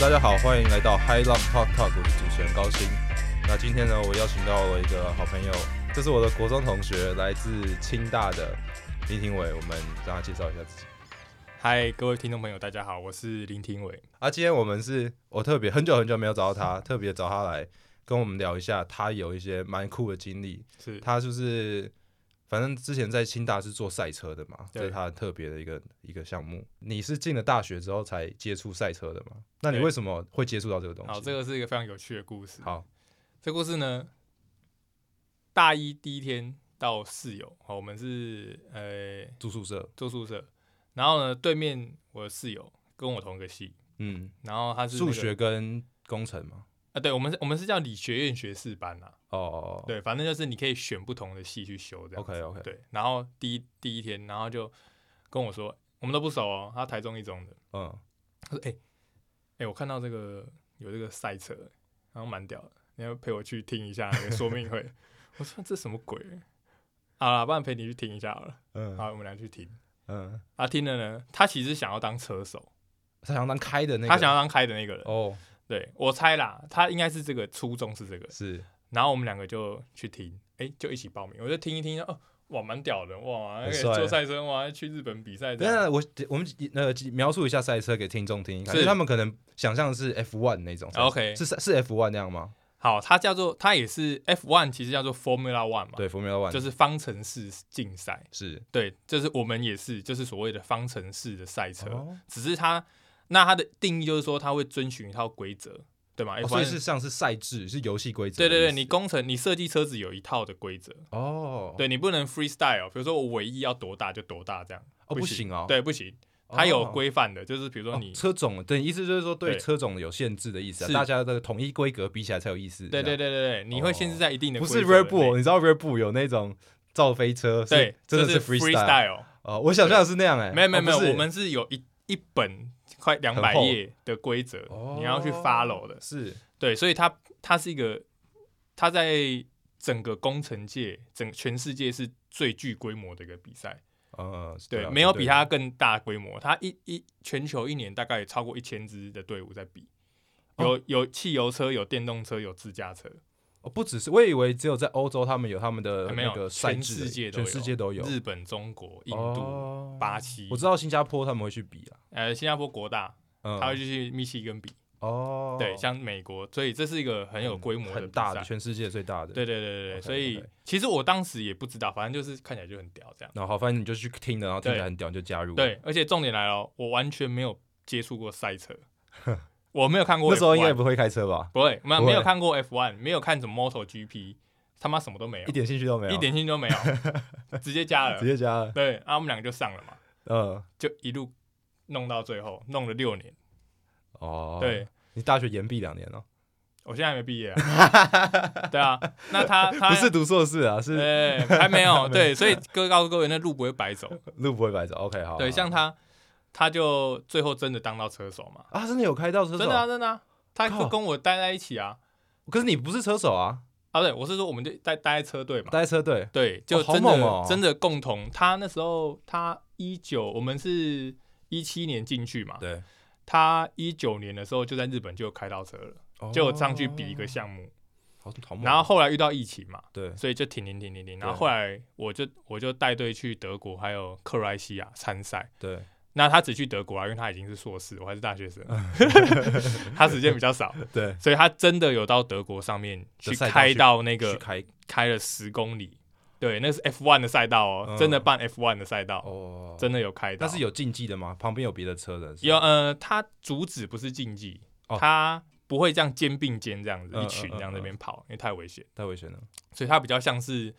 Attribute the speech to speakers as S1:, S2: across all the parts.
S1: 大家好，欢迎来到 High Love Talk Talk，我是主持人高鑫。那今天呢，我邀请到我一个好朋友，这是我的国中同学，来自清大的林廷伟，我们让他介绍一下自己。
S2: 嗨，各位听众朋友，大家好，我是林廷伟。
S1: 啊，今天我们是我特别很久很久没有找到他，特别找他来跟我们聊一下，他有一些蛮酷的经历。
S2: 是
S1: 他就是反正之前在清大是做赛车的嘛，这
S2: 对
S1: 是他很特别的一个一个项目。你是进了大学之后才接触赛车的吗？那你
S2: 对
S1: 为什么会接触到这个东西？
S2: 好，这个是一个非常有趣的故事。
S1: 好，
S2: 这故事呢，大一第一天到室友，好，我们是呃
S1: 住宿舍，
S2: 住宿舍，然后呢，对面我的室友跟我同一个系，
S1: 嗯，
S2: 然后他是那
S1: 数
S2: 个
S1: 学跟工程嘛。
S2: 啊，对我们是我们是叫理学院学士班啦，
S1: 哦，
S2: 对，反正就是你可以选不同的系去修这样子。
S1: ，OK OK，
S2: 对，然后第一第一天，然后就跟我说，我们都不熟哦，他台中一中的。
S1: 嗯，
S2: 他说：“哎、欸、我看到这个有这个赛车，然后蛮屌的，你要陪我去听一下那个说明会。” 我说：“这什么鬼？”好啦，不然陪你去听一下好了。
S1: 嗯
S2: 好，我们俩去听。
S1: 嗯，
S2: 啊，听了呢，他其实想要当车手，
S1: 他想当开的那个，
S2: 他想要当开的那个人。
S1: 哦，
S2: 对我猜啦，他应该是这个初衷是这个。
S1: 是
S2: 然后我们两个就去听，哎、就一起报名。我就听一听，哦，哇，蛮屌的，哇，那
S1: 很
S2: 个
S1: 帅啊
S2: 做赛车，哇，去日本比赛这
S1: 等
S2: 样。
S1: 下，我我们呃描述一下赛车给听众听一看，
S2: 是哦
S1: 因为他们可能想象的是 F one 那种赛车
S2: OK
S1: 是是 F one 那样吗？
S2: 好，他叫做，他也是 F1，其实叫做 Formula One 嘛。
S1: 对，Formula One
S2: 就是方程式竞赛，
S1: 是
S2: 对，就是我们也是，就是所谓的方程式的赛车，
S1: 哦
S2: 只是它那它的定义就是说它会遵循一套规则，对吗？
S1: 哦
S2: F1
S1: 所以是像是赛制，是游戏规则
S2: 对
S1: 的意思。
S2: 对对，你工程你设计车子有一套的规则，
S1: 哦，
S2: 对你不能 freestyle，比如说我尾翼要多大就多大这样，
S1: 哦不
S2: 不
S1: 行哦
S2: 对不行，
S1: 哦，
S2: 它有规范的，就是比如说
S1: 哦
S2: 你，
S1: 车种，对，意思就是说对
S2: 对
S1: 车种有限制的意思啊，
S2: 是
S1: 大家的统一规格比起来才有意思。
S2: 对对
S1: 对，
S2: 对对对，你会限制在一定
S1: 哦
S2: 的
S1: 不
S2: 规
S1: 是
S2: 则
S1: Red
S2: 内
S1: Bull，你知道 Red Bull 有那种造飞车，
S2: 对，
S1: 真的
S2: 就是
S1: freestyle。哦，我想象的是那样哎，
S2: 没有没有
S1: 哦
S2: 没有，
S1: 不是
S2: 我们是有一一本快两百
S1: 很厚
S2: 页的规则
S1: 哦，
S2: 你要去 follow 的。
S1: 是
S2: 对，所以它它是一个，它在整个工程界、整全世界是最具规模的一个比赛。
S1: 呃，
S2: 对，
S1: 啊
S2: 没有比
S1: 对啊
S2: 它更大规模。它一一全球一年大概有超过一千支的队伍在比，有、有汽油车，有电动车，有自驾车，
S1: 哦不只是，我以为只有在欧洲他们有他们的
S2: 呃
S1: 那
S2: 没有
S1: 个赛
S2: 全
S1: 制而已，
S2: 世界
S1: 全
S2: 都有，
S1: 世界都有，
S2: 日本、中国、印度、
S1: 哦
S2: 巴西，
S1: 我知道新加坡他们会去比啊，
S2: 呃，新加坡国大，
S1: 嗯，
S2: 他会去密西根比。
S1: 哦，
S2: 对，像美国，所以这是一个很有规模的
S1: 很
S2: 比
S1: 大的，
S2: 赛
S1: 全世界最大的。
S2: 对对对对对
S1: OK，OK
S2: 所以其实我当时也不知道，反正就是看起来就很屌这样。
S1: 然后好，反正你就去听了，然后听起来
S2: 对
S1: 很屌，你就加入。，
S2: 对，而且重点来了，我完全没有接触过 赛车，我没有看过 F1,
S1: 那时候应该也不会开车吧？
S2: 不会，没有
S1: 不会
S2: 没有看过 F1，没有看什么 MotoGP，他妈什么都没有，
S1: 一点兴趣都没有，
S2: 一点兴趣都没有， 直接加了
S1: 直。接加了。
S2: 对，然后我们两个就上了嘛，
S1: 嗯，
S2: 就一路弄到最后，弄了六年。
S1: 哦，，
S2: 对
S1: 你大学延毕两年哦，
S2: 我现在还没毕业、啊， 对啊，那他他
S1: 不是读硕士啊，是
S2: 对，还没 有对，所以各位告诉各位，那路不会白走。
S1: 路不会白走。OK，好。好
S2: 对，像他，他就最后真的当到车手嘛，
S1: 啊，真的有开到车手，
S2: 真的啊，真的啊，他
S1: 靠
S2: 就跟我待在一起啊。
S1: 可是你不是车手啊，
S2: 啊，对，我是说我们就待待在车队嘛，
S1: 待在车队。
S2: 对，就
S1: 好
S2: 真的、
S1: 猛哦
S2: 真的共同。他那时候他一九，我们是一七年进去嘛，
S1: 对，
S2: 他一九年的时候就在日本就有开到车了，就上去比一个项目，
S1: 哦好，好猛。
S2: 然后后来遇到疫情嘛。
S1: 对，
S2: 所以就停停停停停，然后
S1: 对
S2: 后来我就我就带队去德国还有克罗埃西亚参赛，
S1: 对，
S2: 那他只去德国啊，因为他已经是硕士，我还是大学生，
S1: 嗯
S2: 他时间比较少，
S1: 对，
S2: 所以他真的有到德国上面去
S1: 赛道
S2: 开
S1: 去
S2: 到那
S1: 去
S2: 个
S1: 开
S2: 开了十公里，对，那是 F1 的赛道哦，
S1: 嗯
S2: 真的办 F1 的赛道，
S1: 哦，
S2: 真的有开到。
S1: 但是有竞技的吗？旁边有别的车的？
S2: 有呃，他主旨不是竞技，
S1: 哦
S2: 他不会这样肩并肩这样子、
S1: 嗯
S2: 一群这样在那边跑，因为太危险，
S1: 太危险了。
S2: 所以他比较像是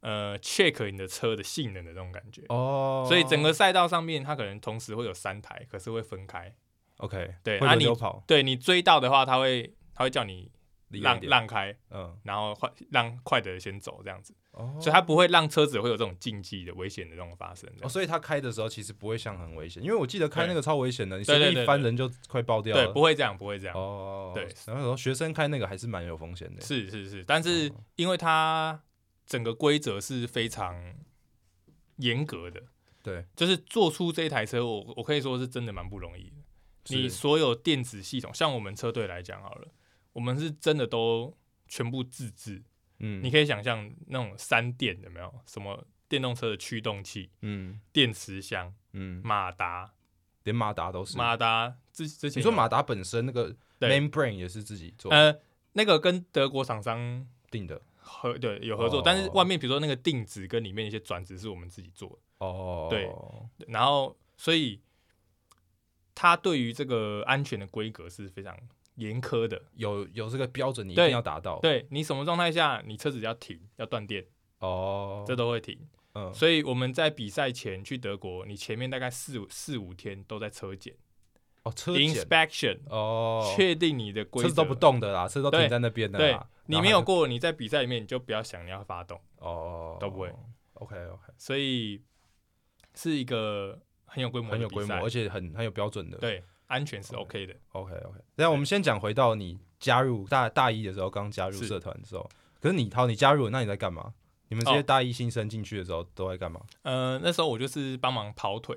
S2: 呃 check 你的车的性能的那种感觉。
S1: 哦，
S2: 所以整个赛道上面，它可能同时会有三台，可是会分开。
S1: OK，
S2: 对
S1: 会
S2: 啊
S1: 轮
S2: 你
S1: 流跑，
S2: 对你追到的话，他会他会叫你
S1: 离远一
S2: 让
S1: 点，
S2: 让开，
S1: 嗯，
S2: 然后快让快的先走这样子，
S1: 哦
S2: 所以他不会让车子会有这种竞技的危险的这种发生这
S1: 哦，
S2: 样。
S1: 所以他开的时候其实不会像很危险，因为我记得开那个超危险的，你随
S2: 对对
S1: 便
S2: 对
S1: 一
S2: 对
S1: 翻人就快爆掉了。
S2: 对，不会这样，不会这样。
S1: 哦，
S2: 对
S1: 然后说学生开那个还是蛮有风险的。
S2: 是是是，但是
S1: 哦
S2: 因为它整个规则是非常严格的，
S1: 对，
S2: 就是做出这一台车，我我可以说是真的蛮不容易的。你
S1: 是
S2: 所有电子系统，像我们车队来讲好了，我们是真的都全部自制。
S1: 嗯，
S2: 你可以想象那种三电有没有？什么电动车的驱动器、
S1: 嗯
S2: 电磁箱、
S1: 嗯，
S2: 马达、
S1: 连马达都是。
S2: 马达之之前
S1: 你说
S2: 有
S1: 马达本身那个
S2: 对
S1: membrane 也是自己做
S2: 呃那个跟德国厂商
S1: 定的
S2: 合对有合作，
S1: 哦
S2: 但是外面比如说那个定值跟里面一些转值是我们自己做的。
S1: 哦，
S2: 对然后所以他对于这个安全的规格是非常严苛的。
S1: 有有这个标准，你一
S2: 对
S1: 定要达到。
S2: 对你什么状态下，你车子要停要断电，
S1: 哦，
S2: 这都会停。
S1: 嗯
S2: 所以我们在比赛前去德国，你前面大概四五四五天都在车检
S1: 哦车检
S2: inspection，
S1: 哦，
S2: 确定你的规
S1: 车
S2: 则
S1: 子都不。动的啦，车都停在那边的啦。
S2: 对
S1: 然后
S2: 你没有过，你在比赛里面你就不要想你要发动，
S1: 哦，
S2: 都不会。
S1: OK OK，
S2: 所以是一个很有规模的
S1: 很有
S2: 比
S1: 规模，
S2: 赛
S1: 而且很很有标准的。
S2: 对安全是 OK 的。
S1: OK OK，那我们先讲回到你加入大大一的时候，刚加入
S2: 是
S1: 社团的时候，可是你涛你加入了，那你在干嘛？你们这些
S2: 哦
S1: 大一新生进去的时候都在干嘛？
S2: 呃，那时候我就是帮忙跑腿，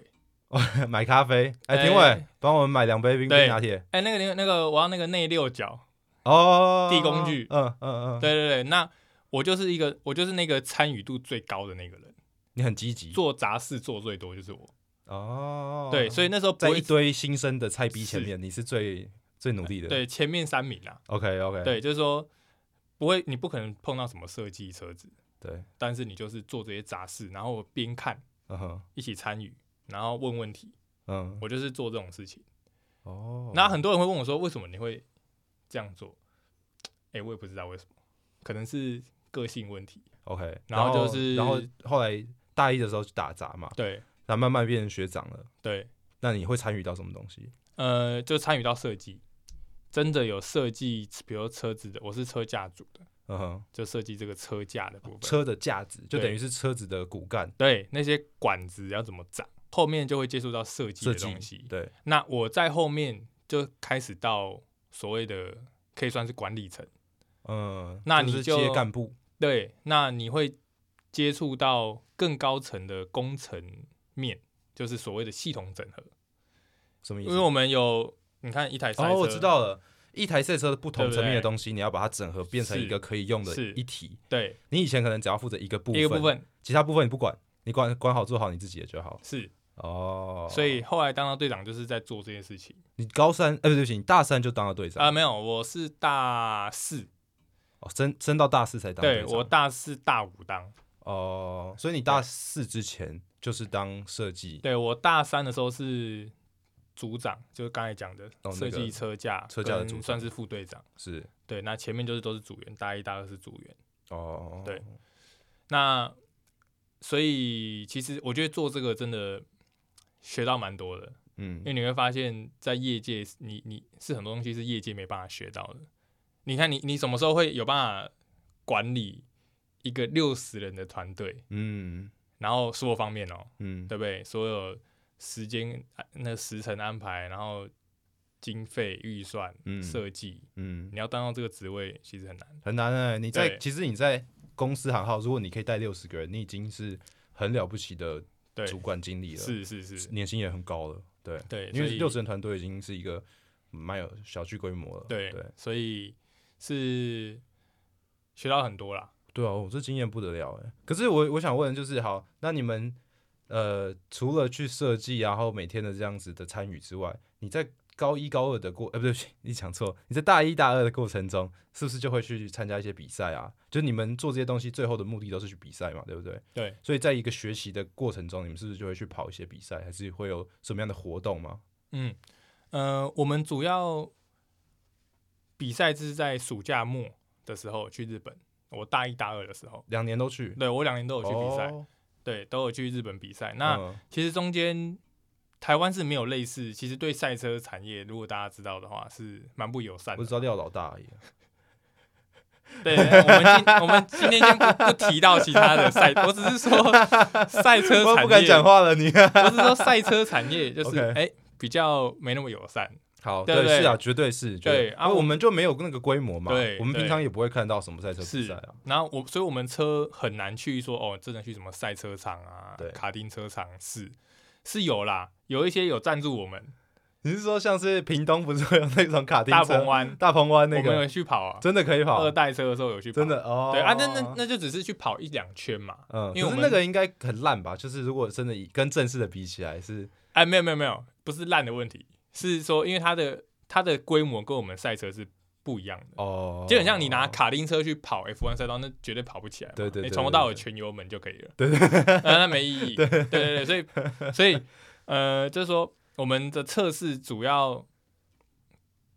S1: 买咖啡，哎，
S2: 哎
S1: 评委帮我们买两杯冰冰
S2: 对
S1: 拿铁
S2: 哎、那个那个那个，我要那个内六角。
S1: 哦，
S2: 递工具
S1: 嗯嗯嗯，
S2: 对对对，那我就是一个，我就是那个参与度最高的那个人，
S1: 你很积极
S2: 做杂事做最多就是我。
S1: 哦，
S2: 对，所以那时候不
S1: 在
S2: 会
S1: 一堆新生的菜逼前
S2: 是
S1: 面，你是最最努力的，
S2: 对前面三名啦。
S1: ，OK OK，
S2: 对，就是说不会，你不可能碰到什么设计车子，
S1: 对，
S2: 但是你就是做这些杂事，然后我边看
S1: 嗯哼
S2: 一起参与，然后问问题，
S1: 嗯，
S2: 我就是做这种事情。
S1: 哦，
S2: 那很多人会问我说，为什么你会这样做？哎、我也不知道为什么，可能是个性问题。
S1: OK，
S2: 然后就是
S1: 然后后来大一的时候去打杂嘛，
S2: 对
S1: 然后慢慢变成学长了，
S2: 对，
S1: 那你会参与到什么东西？
S2: 呃，就参与到设计，真的有设计，比如车子的，我是车架组的，
S1: 嗯哼，
S2: 就设计这个车架的部分。
S1: 车的价值就
S2: 对
S1: 等于是车子的骨干
S2: 对那些管子要怎么长，后面就会接触到设计
S1: 设
S2: 的
S1: 计
S2: 东西，。
S1: 对，
S2: 那我在后面就开始到所谓的可以算是管理层，
S1: 嗯，
S2: 那你
S1: 是
S2: 就
S1: 接干部，
S2: 对，那你会接触到更高层的工程面，就是所谓的系统整合，
S1: 什么意
S2: 因
S1: 思？
S2: 为我们有你看一台赛车，
S1: 哦，我知道了。一台赛车的不同
S2: 对不
S1: 层面的
S2: 对
S1: 东西，你要把它整合变成
S2: 是
S1: 一个可以用的
S2: 是
S1: 一体。
S2: 对，
S1: 你以前可能只要负责一个部分，
S2: 一个部分
S1: 其他部分你不管，你管管好做好你自己的就好。
S2: 是，
S1: 哦，
S2: 所以后来当到队长就是在做这件事情。
S1: 你高三，呃，不对不起，你大三就当了队长
S2: 啊、没有，我是大四，
S1: 哦，升升到大四才当队
S2: 对
S1: 长。
S2: 我大四大五当，
S1: 哦，所以你大四之前就是当设计
S2: 对我大三的时候是组长，就是刚才讲的
S1: 哦
S2: 设
S1: 那个
S2: 计车架，
S1: 车架的组长
S2: 算是副队长。
S1: 是
S2: 对，那前面就是都是组员，大一、大二是组员。
S1: 哦，
S2: 对那所以其实我觉得做这个真的学到蛮多的，
S1: 嗯
S2: 因为你会发现在业界，你你是很多东西是业界没办法学到的。你看你你什么时候会有办法管理一个六十人的团队？
S1: 嗯
S2: 然后所有方面哦，
S1: 嗯，
S2: 对不对？所有时间、啊那时程安排，然后经费预算、
S1: 嗯
S2: 设计，
S1: 嗯，
S2: 你要当到这个职位其实很难。
S1: 很难哎、你在
S2: 对
S1: 其实你在公司行号，如果你可以带六十个人，你已经是很了不起的
S2: 对，
S1: 主管经理了，
S2: 是是是，
S1: 年薪也很高了，对，
S2: 对，
S1: 因
S2: 所
S1: 为
S2: 以
S1: 六十人团队已经是一个蛮有小巨规模了，
S2: 对
S1: 对
S2: 所以是学到很多啦。
S1: 对啊，我这经验不得了哎。可是我我想问的就是，好，那你们呃除了去设计，啊然后每天的这样子的参与之外，你在高一高二的过，呃，不对， 你讲错，你在大一大二的过程中，是不是就会去参加一些比赛啊？就你们做这些东西，最后的目的都是去比赛嘛，对不对？
S2: 对，
S1: 所以在一个学习的过程中，你们是不是就会去跑一些比赛，还是会有什么样的活动吗？
S2: 嗯，呃，我们主要比赛是在暑假末的时候去日本，我大一大二的时候，
S1: 两年都去，
S2: 对我两年都有去比赛，
S1: 哦
S2: 对，都有去日本比赛。那、
S1: 嗯
S2: 其实中间台湾是没有类似，其实对赛车产业，如果大家知道的话，是蛮不友善
S1: 我
S2: 的
S1: 只。知道廖老大而已。
S2: 对，我们今我们今天先不不提到其他的赛，我只是说赛车
S1: 我
S2: 产业，
S1: 不敢讲，话了，你。
S2: 我只是说赛车产业就是
S1: OK
S2: 哎、比较没那么友善。
S1: 好，
S2: 对不对
S1: 是啊，绝对是，绝
S2: 对啊
S1: 因为
S2: 我
S1: 我们就没有那个规模嘛，
S2: 对
S1: 我们平常也不会看到什么赛车比
S2: 是
S1: 赛啊，
S2: 然后我，所以我们车很难去说哦，真的去什么赛车场啊
S1: 对、
S2: 卡丁车场是是有啦，有一些有赞助我们，
S1: 你是说像是屏东不是会有那种卡丁
S2: 大
S1: 车
S2: 鹏？湾，
S1: 大鹏湾
S2: 我
S1: 那
S2: 们
S1: 个
S2: 有去跑啊，
S1: 真的可以跑
S2: 二，代车的时候有去跑，
S1: 真的哦。
S2: 对啊，那那那就只是去跑一两圈嘛。
S1: 嗯，
S2: 因为我
S1: 可是
S2: 们
S1: 那个应该很烂吧？就是如果真的以跟正式的比起来是，
S2: 哎，没有没有没有，不是烂的问题，是说因为它的它的规模跟我们赛车是不一样的。
S1: 哦，
S2: 就很像你拿卡丁车去跑 F1 赛道，那绝对跑不起来嘛。
S1: 对对对
S2: 你
S1: 对
S2: 从头到尾
S1: 对
S2: 全油门就可以了。
S1: 对
S2: 啊，那没意义。对对对，所以所以呃，就是说我们的测试主要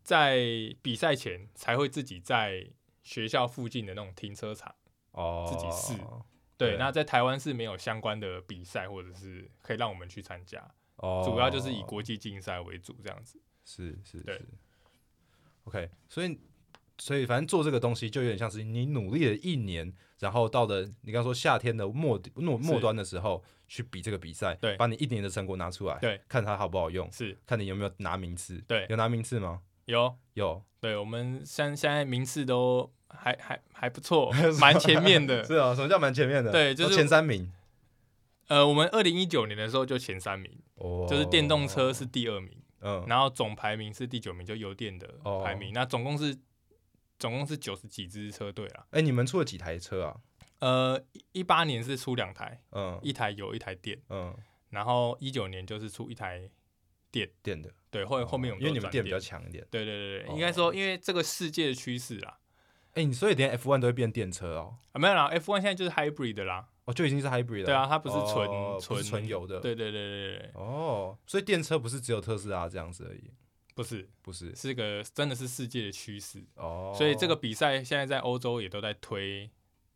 S2: 在比赛前才会自己在学校附近的那种停车场。
S1: 哦
S2: 自己试
S1: 对
S2: 对，那在台湾是没有相关的比赛或者是可以让我们去参加，
S1: 哦，
S2: 主要就是以国际竞赛为主这样子。
S1: 是是
S2: 对
S1: 是，OK，所以所以反正做这个东西就有点像是你努力了一年，然后到了你刚说夏天的末底末末
S2: 是
S1: 端的时候去比这个比赛，
S2: 对
S1: 把你一年的成果拿出来，
S2: 对，
S1: 看它好不好用，
S2: 是
S1: 看你有没有拿名次，
S2: 对
S1: 有拿名次吗？
S2: 有
S1: 有，
S2: 对，我们现现在名次都还还还不 错，蛮前面的。
S1: 是啊，什么叫蛮前面的？
S2: 对就是
S1: 哦前三名，
S2: 呃，我们二零一九年的时候就前三名，
S1: 哦，
S2: 就是电动车，是第二名，
S1: 嗯，
S2: 然后总排名是第九名，就油电的
S1: 哦
S2: 排名。那总共是总共是九十几支车队啦。
S1: 哎，你们出了几台车啊？
S2: 呃，一八年是出两台，
S1: 嗯
S2: 一台油，一台电，
S1: 嗯，
S2: 然后一九年就是出一台，
S1: 电的，
S2: 对，后后面我
S1: 哦因为你们
S2: 转
S1: 电比较强一点，
S2: 对对对对，
S1: 哦
S2: 应该说，因为这个世界的趋势啦，
S1: 哎，你所以连 F1 都会变电车哦，
S2: 啊没有啦，F1 现在就是 hybrid 的啦，
S1: 哦，就已经是 hybrid 了，
S2: 对啊，它不是纯
S1: 哦不
S2: 纯
S1: 是纯油的，
S2: 对对对对对对，
S1: 哦，所以电车不是只有特斯拉这样子而已，
S2: 不是，
S1: 不是
S2: 是个真的是世界的趋势，
S1: 哦，
S2: 所以这个比赛现在在欧洲也都在推，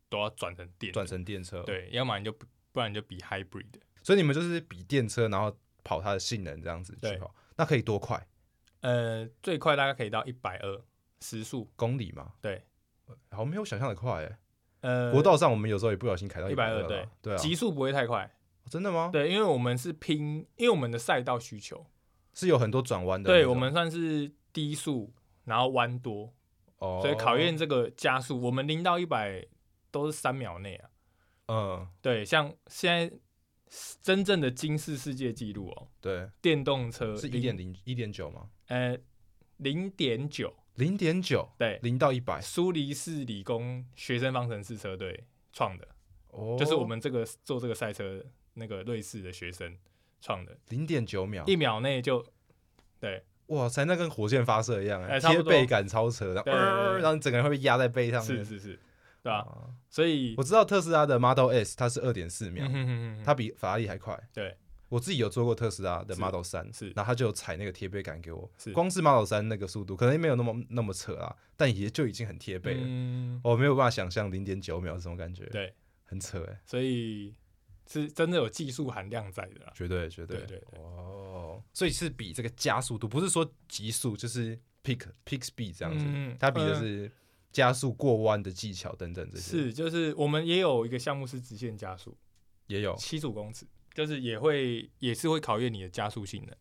S2: 都要转成电的，
S1: 转成电车，，
S2: 对，要么你就不不然你就比 hybrid 的，
S1: 所以你们就是比电车，然后跑它的性能这样子去
S2: 对
S1: 跑，那可以多快
S2: 呃，最快大概可以到一百二时速，
S1: 公里吗？
S2: 对，
S1: 好像没有想象的快哎，
S2: 呃，
S1: 国道上我们有时候也不小心开到
S2: 120
S1: 对对啊，哦
S2: 极速不会太快，
S1: 真的吗？
S2: 对，因为我们是拼，因为我们的赛道需求，
S1: 是有很多转弯的那种，
S2: 对我们算是低速，然后弯多。
S1: 哦，
S2: 所以考验这个加速，我们零到一百都是三秒内啊。
S1: 嗯
S2: 对，像现在真正的金氏世界纪录哦，
S1: 对
S2: 电动车
S1: 是一点，零一点九吗？
S2: 呃，零点九。
S1: 零点九
S2: 对，
S1: 零到一百
S2: 苏黎世理工学生方程式车队创的，
S1: 哦，
S2: 就是我们这个做这个赛车那个瑞士的学生创的，
S1: 零点九秒，
S2: 一秒内就对
S1: 哇塞，那跟火箭发射一样哎，
S2: 哎差不
S1: 贴
S2: 多
S1: 背感超扯，然后呃
S2: 对对对对
S1: 然后你整个人会被压在背上面
S2: 是，是是，对吧、
S1: 啊
S2: 所以
S1: 我知道特斯拉的 Model S 它是二点四秒
S2: 嗯，哼哼哼
S1: 它比法拉利还快。
S2: 对
S1: 我自己有坐过特斯拉的
S2: 是
S1: Model 三，
S2: 是
S1: 然后它就有踩那个贴背感给我，
S2: 是
S1: 光是 Model 三那个速度，可能没有那么那么扯啦，但也就已经很贴背了。
S2: 嗯，
S1: 我没有办法想象零点九秒是什么感觉，
S2: 对，
S1: 很扯哎，
S2: 所以是真的有技术含量在的啦。
S1: 绝对绝对
S2: 对对对
S1: 哦，所以是比这个加速度，不是说极速，就是 peak peak speed 这样子，
S2: 嗯
S1: 它比的是加速过弯的技巧等等这些，
S2: 是，就是我们也有一个项目是直线加速，
S1: 也有
S2: 七十五公尺，就是也会也是会考验你的加速性能。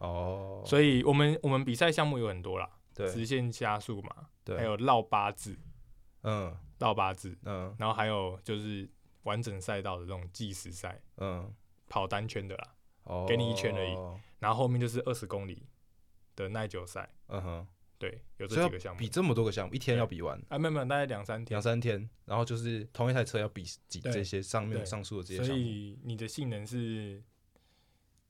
S1: 哦，
S2: 所以我们我们比赛项目有很多啦，
S1: 对
S2: 直线加速嘛，还
S1: 对，
S2: 有绕八字，
S1: 嗯
S2: 绕八字，
S1: 嗯
S2: 然后还有就是完整赛道的这种计时赛，
S1: 嗯，
S2: 跑单圈的啦，
S1: 哦，
S2: 给你一圈而已然后后面就是二十公里的耐久赛，
S1: 嗯哼，
S2: 对，有
S1: 所以
S2: 这
S1: 要
S2: 几个项目
S1: 比。这么多个项目，一天
S2: 对
S1: 要比完
S2: 啊，没有没有，大概两三天
S1: 两，三天，然后就是同一台车要比几
S2: 对
S1: 这些上面
S2: 对
S1: 上述的这些
S2: 所
S1: 项目，
S2: 以你的性能是，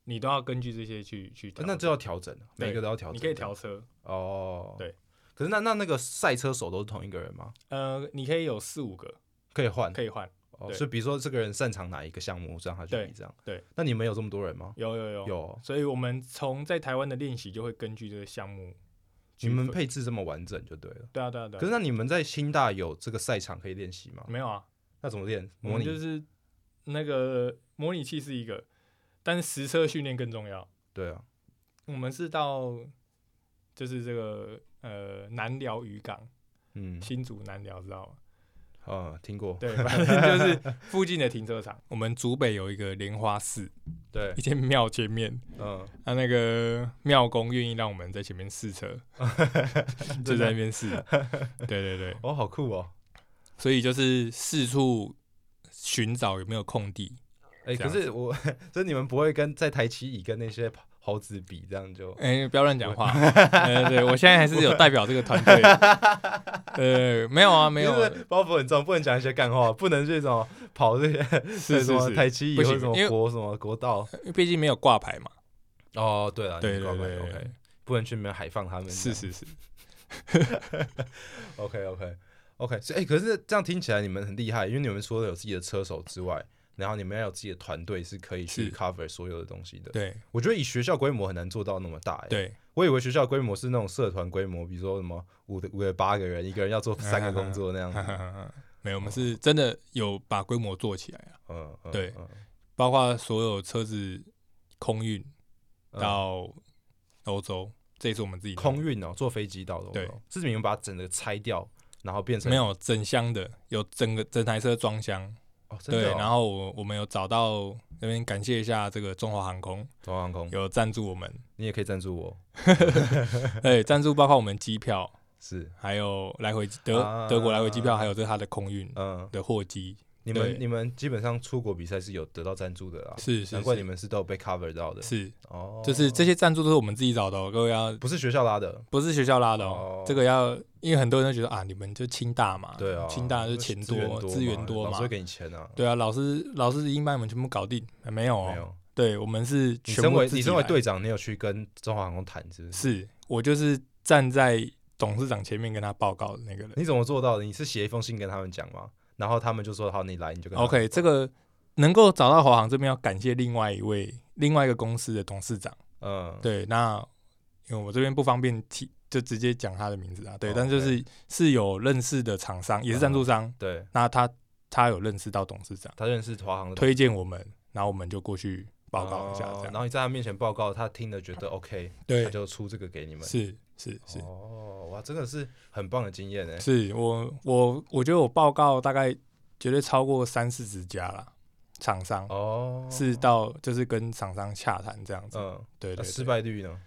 S2: 你都要根据这些去去调整。
S1: 那就要调整，啊
S2: 对
S1: 每个都要调整，
S2: 你可以调车，
S1: 哦，
S2: 对。
S1: 可是那那那个赛车手都是同一个人吗？
S2: 呃，你可以有四五个
S1: 可以换，
S2: 可以换，
S1: 哦，
S2: 对
S1: 所以比如说这个人擅长哪一个项目，让他去
S2: 对
S1: 比这样。
S2: 对，
S1: 那你们有这么多人吗？
S2: 有有有，
S1: 有，哦
S2: 所以我们从在台湾的练习就会根据这个项目
S1: 你
S2: 去分，
S1: 们配置这么完整就对了。
S2: 对啊对啊对啊，
S1: 可是那你们在新大有这个赛场可以练习吗？
S2: 没有啊，
S1: 那怎么练？
S2: 我
S1: 模
S2: 们
S1: 拟
S2: 就是那个模拟器是一个，但是实车训练更重要。
S1: 对啊，
S2: 我们是到就是这个呃南寮渔港，
S1: 嗯
S2: 新竹南寮知道吗？
S1: 啊，听过，
S2: 对，反正 就是附近的停车场。我们竹北有一个莲花寺，
S1: 对
S2: 一，间庙前面，
S1: 嗯，
S2: 那、那个庙公愿意让我们在前面试 车，就在那边 试。对对对，
S1: 哦，好酷哦。
S2: 所以就是四处寻找有没有空地。
S1: 哎、可
S2: 这样
S1: 是我，所以你们不会跟在台七乙跟那些跑猴子比，这样就
S2: 哎、不要乱讲话。 呃，对我现在还是有代表这个团队。呃，没有啊，没有
S1: 因，为包袱很重，不能讲一些干话，不能这种跑这些
S2: 是 是
S1: 什么
S2: 是，
S1: 台七
S2: 不
S1: 以
S2: 行
S1: 后什
S2: 因为
S1: 么国什么国道。
S2: 毕竟没有挂牌嘛。
S1: 哦，对了，
S2: 对
S1: 你乖
S2: 对
S1: 乖
S2: 对
S1: ，OK，啊
S2: 对，
S1: 不能去里面海放他们。
S2: 是是是，
S1: ，OK OK OK。所以，哎，可是这样听起来你们很厉害，因为你们除了有自己的车手之外，然后你们要有自己的团队是可以去
S2: 是
S1: cover 所有的东西的。
S2: 对
S1: 我觉得以学校规模很难做到那么大。哎，
S2: 对，
S1: 我以为学校规模是那种社团规模，比如说什么五的五个八个人，一个人要 做三个工作那样子。
S2: 没有，我们是真的有把规模做起来啊，
S1: 嗯，嗯
S2: 对
S1: 嗯
S2: 包括所有车子空运
S1: 嗯
S2: 到欧洲，这也是我们自己弄的
S1: 空运哦，坐飞机到的。
S2: 对，
S1: 是你们把整个拆掉，然后变成
S2: 没有整箱的，有整个整台车装箱。
S1: 哦，真
S2: 对，
S1: 的哦。
S2: 然后我我们有找到那边感谢一下这个中华航空
S1: 中航空，
S2: 有赞助我们，
S1: 你也可以赞助我，
S2: 对，哎赞助包括我们机票，
S1: 是，
S2: 还有来回德、
S1: 啊
S2: 德国来回机票，还有这它的空运
S1: 嗯，
S2: 的货机，
S1: 你
S2: 对
S1: 们你们基本上出国比赛是有得到赞助的啦，
S2: 是
S1: 哦
S2: 是
S1: 难怪
S2: 是
S1: 你们是都有被 cover 到的。
S2: 是，
S1: 哦，
S2: 就是这些啊赞助都是我们自己找的、哦，各位要
S1: 不是学校拉的，
S2: 不是学校拉的哦，
S1: 哦
S2: 这个要因为很多人都觉得啊，你们就清大嘛，
S1: 对啊，
S2: 清大就钱
S1: 资源
S2: 多，资源多
S1: 老
S2: 嘛
S1: 师，会给你钱啊。
S2: 对啊，老师老师已经把你们全部搞定，啊没有
S1: 没
S2: 哦，
S1: 有，
S2: 对我们是
S1: 你
S2: 全
S1: 身
S2: 部
S1: 为
S2: 自己
S1: 你身为
S2: 来
S1: 队长，你有去跟中华航空谈是不是？
S2: 是我就是站在董事长前面跟他报告的那个人。
S1: 你怎么做到的？你是写一封信跟他们讲吗？然后他们就说好，你来你就跟他们
S2: OK，这个能够找到华航这边要感谢另外一位另外一个公司的董事长。
S1: 嗯，
S2: 对，那因为我这边不方便提，就直接讲他的名字啊。对，
S1: 哦嗯
S2: 但就是是有认识的厂商，也是赞助商，
S1: 对，
S2: 那他他有认识到董事长，
S1: 他认识华航的
S2: 推荐我们，然后我们就过去报告一下
S1: 嗯哦
S2: 这样。
S1: 然后你在他面前报告，他听了觉得 OK，他
S2: 对，
S1: 就出这个给你们。
S2: 是是是、
S1: 哦，哇，真的是很棒的经验欸呢。
S2: 是，我我我觉得我报告大概绝对超过三四十家啦，厂商。
S1: 哦，
S2: 是到就是跟厂商洽谈这样子，
S1: 嗯，
S2: 对
S1: 那
S2: 对
S1: 失
S2: 对。
S1: 败率呢？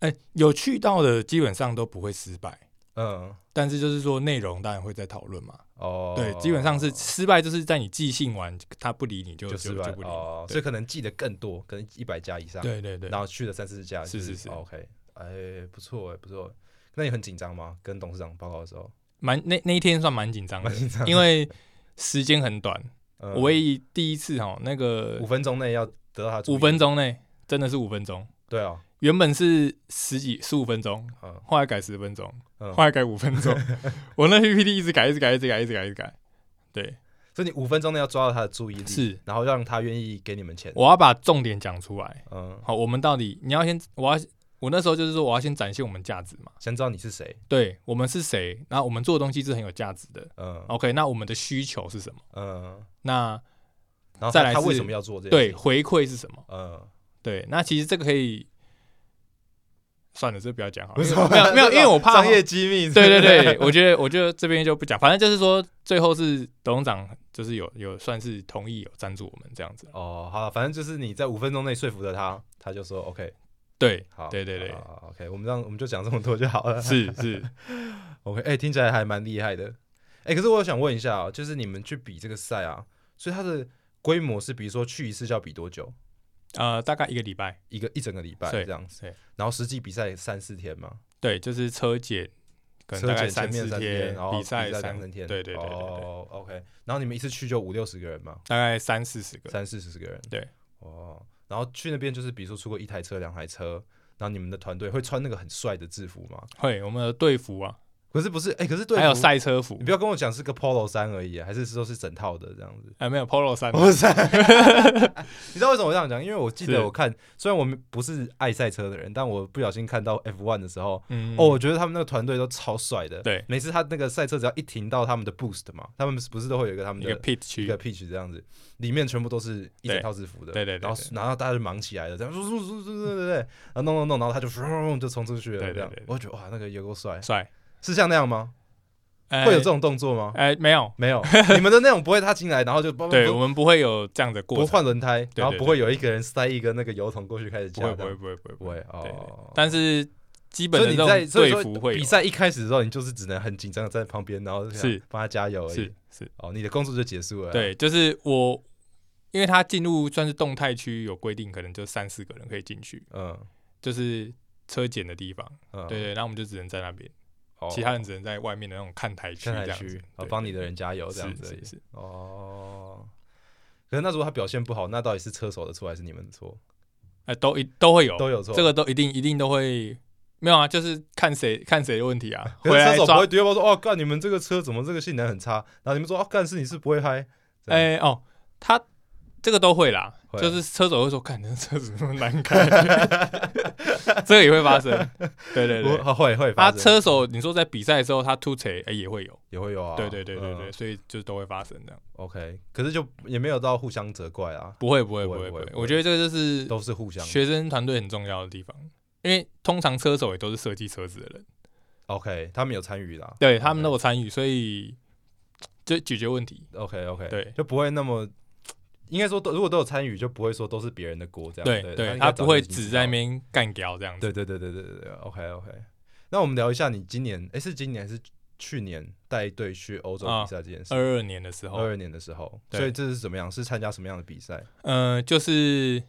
S2: 哎、有去到的基本上都不会失败，
S1: 嗯，
S2: 但是就是说内容当然会再讨论嘛。
S1: 哦，
S2: 对，基本上是失败，就是在你寄信完他不理你就
S1: 就
S2: 就
S1: 失败
S2: 就不理你。
S1: 哦，
S2: 对
S1: 所以可能记得更多，可能一百家以上，，
S2: 对对对
S1: 然，后去了三四十家，
S2: 是
S1: 就是
S2: 是
S1: 哦 OK，哎，不错哎，不错。那你很紧张吗？跟董事长报告的时候，
S2: 蛮那那一天算蛮紧张的
S1: 蛮紧张，的
S2: 因为时间很短，
S1: 嗯
S2: 我唯一第一次哈，那个
S1: 五分钟内要得到他的注意
S2: 五分，钟内真的是五分钟，
S1: 对啊，
S2: 原本是十几十五分钟，
S1: 嗯
S2: 后来改十分钟，
S1: 嗯
S2: 后，来改五分钟， 我那 PPT 一直改，一直改，一直改，一直改，一直改。对，
S1: 所以你五分钟内要抓到他的注意力，
S2: 是
S1: 然后让他愿意给你们钱，
S2: 我要把重点讲出来。
S1: 嗯，
S2: 好，我们到底你要先，我要我那时候就是说我要先展现我们价值嘛，
S1: 先知道你是谁，
S2: 对我们是谁，然后我们做的东西是很有价值的。
S1: 嗯
S2: OK，那我们的需求是什么？
S1: 嗯，
S2: 那
S1: 然后
S2: 再
S1: 他
S2: 来
S1: 他
S2: 是
S1: 为什么要做这件
S2: 对
S1: 事？，
S2: 回馈是什么？
S1: 嗯，
S2: 对，那其实这个可以算了，这不要讲好了，
S1: 为
S2: 因
S1: 什
S2: 为
S1: 么
S2: 没有没有，因为我怕
S1: 商业机密，
S2: 对对对，我觉得我觉得这边就不讲，反正就是说最后是董事长就是有有算是同意有赞助我们这样子。
S1: 哦，好了，反正就是你在五分钟内说服了他，他就说 OK，
S2: 对
S1: 好，
S2: 对对对
S1: 好好好，OK，我们让我们就讲这么多就好了。
S2: 是是，
S1: OK，哎、听起来还蛮厉害的。哎、可是我想问一下、哦，就是你们去比这个赛啊，所以它的规模是，比如说去一次就要比多久？
S2: 呃，大概一个礼拜，
S1: 一个一整个礼拜
S2: 对
S1: 这样子
S2: 对，
S1: 然后实际比赛三四天嘛，
S2: 对，就是车检，可能
S1: 车
S2: 大概
S1: 检前面
S2: 四
S1: 三天，然后
S2: 比赛
S1: 两
S2: 三
S1: 三天，
S2: 对对对对对，
S1: 哦，OK，然后你们一次去就五六十个人嘛，
S2: 大概三四十个，
S1: 三四十个人，
S2: 对，
S1: 哦，然后去那边就是比如说出过一台车、两台车，然后你们的团队会穿那个很帅的制服吗？
S2: 会我们的队服啊，
S1: 可是不是，哎、可是队
S2: 还有
S1: 服
S2: 赛车服
S1: 你，不要跟我讲是个 polo 衫而已，还是说是整套的这样子？
S2: 哎，没有 Polo 衫，
S1: 不是， 你知道为什么我这样讲？因为我记
S2: 是
S1: 得我看，虽然我们不是爱赛车的人，但我不小心看到 F1 的时候，
S2: 嗯，
S1: 哦，我觉得他们那个团队都超帅的。
S2: 对
S1: 每次他那个赛车只要一停到他们的 boost 嘛，他们不是都会有一个他们
S2: 一
S1: 的
S2: 个 pit
S1: 一
S2: 区
S1: 个，pitch 这样子，里面全部都是一整套制服的。
S2: 对对对
S1: 然后
S2: 对
S1: 然后大家就忙起来了，这样，对对对对，然后弄弄弄，然后他就 就冲出去
S2: 对
S1: 了，
S2: 对
S1: 这样
S2: 对对，
S1: 我就觉得哇，那个有够帅，
S2: 帅，
S1: 是像那样吗？
S2: 会
S1: 会有这？种动作吗？
S2: 哎，没有，
S1: 没有， 你们的那种不会，他进来然后就不
S2: 对
S1: 不
S2: 我们不会有这样的过
S1: 不
S2: 程，
S1: 换轮胎，
S2: 对
S1: 然后
S2: 对
S1: 不
S2: 对
S1: 会有一个人塞一个那个油桶过去开始
S2: 不
S1: 加的，
S2: 会不会不会不会
S1: 不会
S2: 对对
S1: 哦。
S2: 但是基本
S1: 所
S2: 的
S1: 以
S2: 这
S1: 你在
S2: 种
S1: 所以
S2: 队服
S1: 说
S2: 会有
S1: 比赛一开始的时候，你就是只能很紧张的站在旁边，然后
S2: 是
S1: 帮他加油而已
S2: 是。是，
S1: 哦，你的工作就结束了。，
S2: 对，就是我因为他进入算是动态区有规定，可能就三四个人可以进去，
S1: 嗯
S2: 就是车检的地方。
S1: 嗯，
S2: 对对，然后我们就只能在那边，
S1: 哦，
S2: 其他人只能在外面的那种看台区
S1: 看
S2: 这
S1: 来
S2: 样子
S1: 去，啊
S2: 对
S1: 帮你的人加油这样
S2: 是
S1: 子而已
S2: 是。是，
S1: 哦，可是那如果他表现不好，那到底是车手的错还是你们的错？
S2: 哎，都一都会有，
S1: 都有错。
S2: 这个都一定一定都会没有啊，就是看谁看谁的问题啊。
S1: 可
S2: 回
S1: 是车
S2: 来
S1: 手不
S2: 抓
S1: 会丢包说哦，干你们这个车怎么这个性能很差？然后你们说哦，干是你是不会嗨，这样
S2: 哎、哦，他这个都会啦，
S1: 会啊
S2: 就是车手会说，看这车子那么难开， 这个也会发生。对对对，
S1: 我 会会
S2: 他
S1: 发生
S2: 车手你说在比赛的时候他突锤，哎、也会有。
S1: 也会有啊。
S2: 对对对对对，
S1: 嗯
S2: 所以就都会发生这样。
S1: ，OK，可是就也没有到互相责怪啊，
S2: 不会不会
S1: 不
S2: 不
S1: 会
S2: 会
S1: 不
S2: 不
S1: 会
S2: 会
S1: 不，会
S2: 我觉得这个就是
S1: 都是互相。
S2: 学生团队很重要的地方，因为通常车手也都是设计车子的人，
S1: OK，他们有参与啦。
S2: 对他们都有参与，所以就解决问题。
S1: OK OK，
S2: 对
S1: 就不会那么。应该说都，如果都有参与，就不会说都是别人的锅这样。
S2: 对
S1: 对，
S2: 对，
S1: 应该
S2: 他
S1: 早
S2: 不
S1: 就
S2: 会
S1: 已经
S2: 只
S1: 知道
S2: 在那
S1: 了
S2: 边干掉这样子。
S1: 对对对对对对对，OK OK。那我们聊一下你今年，哎、是今年还是去年带队去欧洲
S2: 啊
S1: 比赛这件事？
S2: 二二年的时候，
S1: 二二年的时候，
S2: 对
S1: 所以这是怎么样？是参加什么样的比赛？
S2: 呃，就是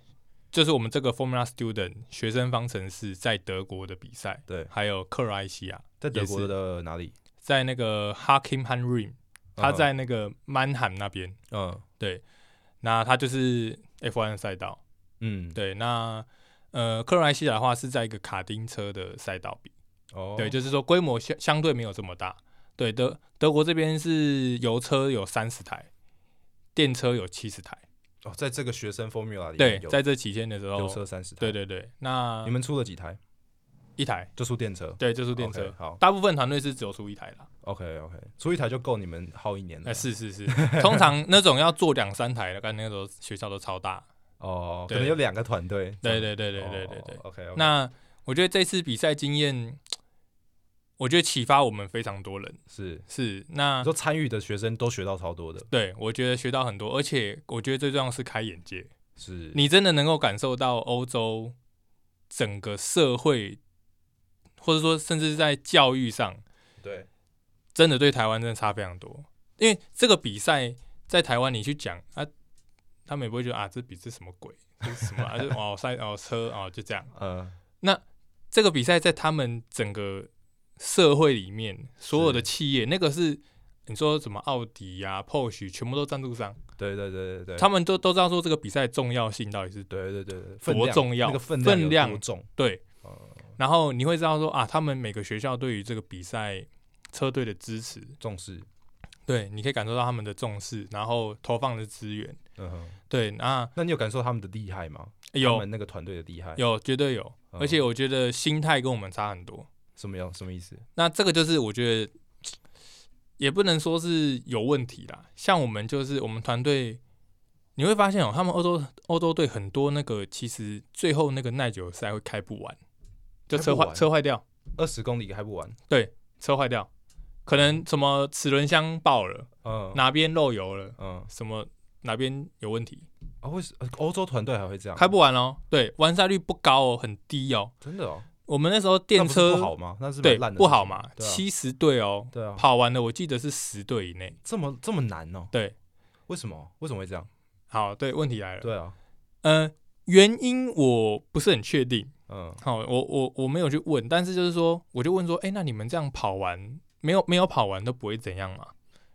S2: 就是我们这个 Formula Student 学生方程式在德国的比赛，
S1: 对
S2: 还有克罗埃西亚，
S1: 在德
S2: 也
S1: 国
S2: 是
S1: 的哪里？
S2: 在那个 Hakim h a n r i m 他
S1: 嗯
S2: 在那个曼海姆那边，
S1: 嗯
S2: 对，那他就是 F1 的赛道，
S1: 嗯，
S2: 对，那呃克罗埃西亚的话是在一个卡丁车的赛道比，
S1: 哦，
S2: 对，就是说规模相相对没有这么大，对德德国这边是油车有三十台，电车有七十台，
S1: 哦，在这个学生 formula 里
S2: 对
S1: 面，有
S2: 在这期间的时候
S1: 有。车三十台，
S2: 哦对对对，那
S1: 你们出了几台？
S2: 一台，
S1: 就出电车，
S2: 对，就是电车
S1: OK，。好
S2: 大部分团队是只有出一台啦，
S1: ，OK OK，出一台就够你们耗一年
S2: 哎、
S1: 了。
S2: 是 是是，通常那种要做两三台的，干那个时候学校都超大。
S1: 哦，可
S2: 对
S1: 能有两个团队。
S2: 对
S1: 这样
S2: 对对对对对对。
S1: 哦，OK，
S2: 那我觉得这次比赛经验，我觉得启发我们非常多人。
S1: 是
S2: 是，那
S1: 你说参与的学生都学到超多的，
S2: 对我觉得学到很多，而且我觉得最重要的是开眼界，
S1: 是
S2: 你真的能够感受到欧洲整个社会，或者说甚至在教育上，
S1: 对
S2: 真的对台湾真的差非常多。因为这个比赛在台湾，你去讲啊，他们也不会觉得啊，这比这什么鬼，这是什么、啊，就哦赛哦车哦就这样。
S1: 呃
S2: 这个比赛在他们整个社会里面，所有的
S1: 是
S2: 企业，那个是你说什么奥迪呀、Porsche 全部都赞助商，
S1: 对对对对对，
S2: 他们都都知道说这个比赛的重要性到底是
S1: 对对对对，分
S2: 多
S1: 量
S2: 重要
S1: 那个分
S2: 分
S1: 有
S2: 量
S1: 多重，
S2: 对
S1: 哦。
S2: 然后你会知道说啊，他们每个学校对于这个比赛车队的支持，
S1: 重视，
S2: 对，你可以感受到他们的重视，然后投放的资源，
S1: 嗯哼，
S2: 对，那
S1: 那你有感受他们的厉害吗？他
S2: 有
S1: 们那个团队的厉害，
S2: 有，绝对有，
S1: 嗯
S2: 而且我觉得心态跟我们差很多。
S1: 什么样什么意思？
S2: 那这个就是我觉得也不能说是有问题啦，像我们就是我们团队，你会发现哦，他们欧洲欧洲队很多那个其实最后那个耐久赛会开不完，就
S1: 开
S2: 车
S1: 不
S2: 坏
S1: 完
S2: 车坏掉，
S1: 二十公里还不完，
S2: 车坏掉，可能什么齿轮箱爆了，
S1: 嗯
S2: 哪边漏油了，
S1: 嗯，
S2: 什么哪边有问题，
S1: 啊，为什呃欧洲团队还会这样？
S2: 开不完哦，对，完赛率不高哦，很低哦。
S1: 真的哦，
S2: 我们那时候
S1: 那
S2: 电
S1: 不是
S2: 车
S1: 不好吗？那是
S2: 对
S1: 蛮烂的
S2: 不
S1: 事
S2: 好
S1: 情
S2: 嘛，
S1: 对啊
S2: 七十队哦，
S1: 对啊，
S2: 跑完了我记得是十队以内。
S1: 这么这么难哦，
S2: 对，
S1: 为什么为什么会这样？
S2: 好，对，问题来了，
S1: 对啊，
S2: 呃，原因我不是很确定，
S1: 嗯
S2: 好，我我我没有去问，但是就是说，我就问说，哎、那你们这样跑完没有没有跑完都不会怎样嘛？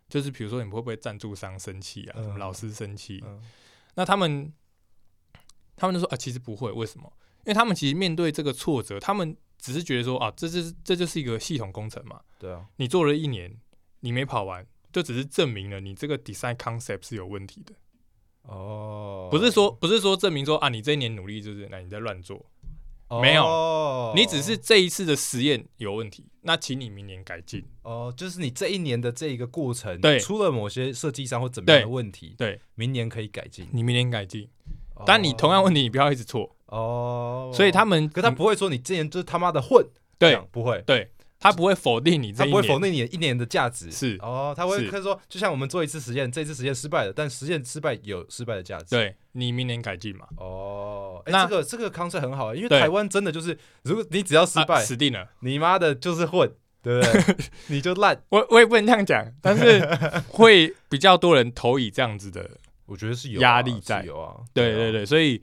S2: 就是比如说，你们会不会赞助商生气啊？
S1: 嗯
S2: 什么老师生气？
S1: 嗯，
S2: 那他们他们就说啊，其实不会，为什么？因为他们其实面对这个挫折，他们只是觉得说啊，这就是这就是一个系统工程嘛。
S1: 对啊，
S2: 你做了一年，你没跑完，就只是证明了你这个 design concept 是有问题的，
S1: 哦，
S2: 不是说不是说证明说啊，你这一年努力就是那你在乱做，
S1: 哦
S2: 没你只是这一次的实验有问题，那请你明年改进。
S1: 哦，就是你这一年的这一个过程，
S2: 对
S1: 出了某些设计上或怎么样的
S2: 对
S1: 问题，
S2: 对
S1: 明年可以改进。
S2: 你明年改进，但你同样问题你不要一直错，
S1: 哦，
S2: 所以他们嗯
S1: 可他不会说你这年就是他妈的混，这
S2: 对
S1: 样不会，
S2: 对，他不会否定你这
S1: 他
S2: 一
S1: 不会
S2: 年，
S1: 否定你的一年的价值。
S2: 是
S1: 哦，他会
S2: 是
S1: 他说，就像我们做一次实验，这次实验失败了，但实验失败有失败的价值。，
S2: 对你明年改进嘛，
S1: 哦，哎，
S2: 那
S1: 这个这个 concept 很好，因为
S2: 对
S1: 台湾真的就是，如果你只要失
S2: 啊
S1: 败，
S2: 死定了。
S1: 你妈的就是混，对不 对？你就烂。
S2: 我我也不能这样讲，但是会比较多人投以这样子的
S1: 我觉得是有
S2: 压
S1: 啊
S2: 力
S1: 是
S2: 在
S1: 有啊，
S2: 对对
S1: 啊，
S2: 对，所以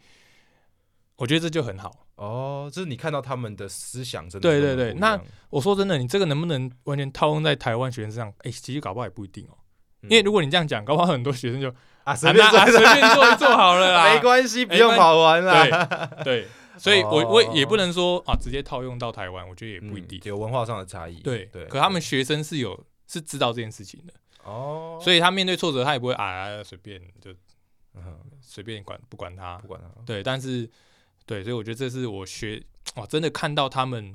S2: 我觉得这就很好。
S1: 哦，就是你看到他们的思想真的是
S2: 对对
S1: 很
S2: 对
S1: 不一
S2: 那
S1: 样嗯
S2: 我说真的，你这个能不能完全套用在台湾学生身上？哎、其实搞不好也不一定哦、
S1: 嗯
S2: 因为如果你这样讲，搞不好很多学生就
S1: 啊
S2: 啊
S1: 随
S2: 那
S1: 便
S2: 啊
S1: 做
S2: 随便做一做好了 啦。
S1: 没关系，啊不
S2: 没
S1: 用
S2: 关
S1: 跑完啦，
S2: 对 对，所以我我也不能说啊直接套用到台湾，我觉得也
S1: 嗯
S2: 不一定。
S1: 有文化上的差异，
S2: 对
S1: 对，
S2: 可他们学生是有是知道这件事情的，
S1: 哦，
S2: 所以他面对挫折，他也不会啊随便就
S1: 嗯
S2: 随便管不管他
S1: 不。管他，
S2: 对，但是对，所以我觉得这是我学哇，真的看到他们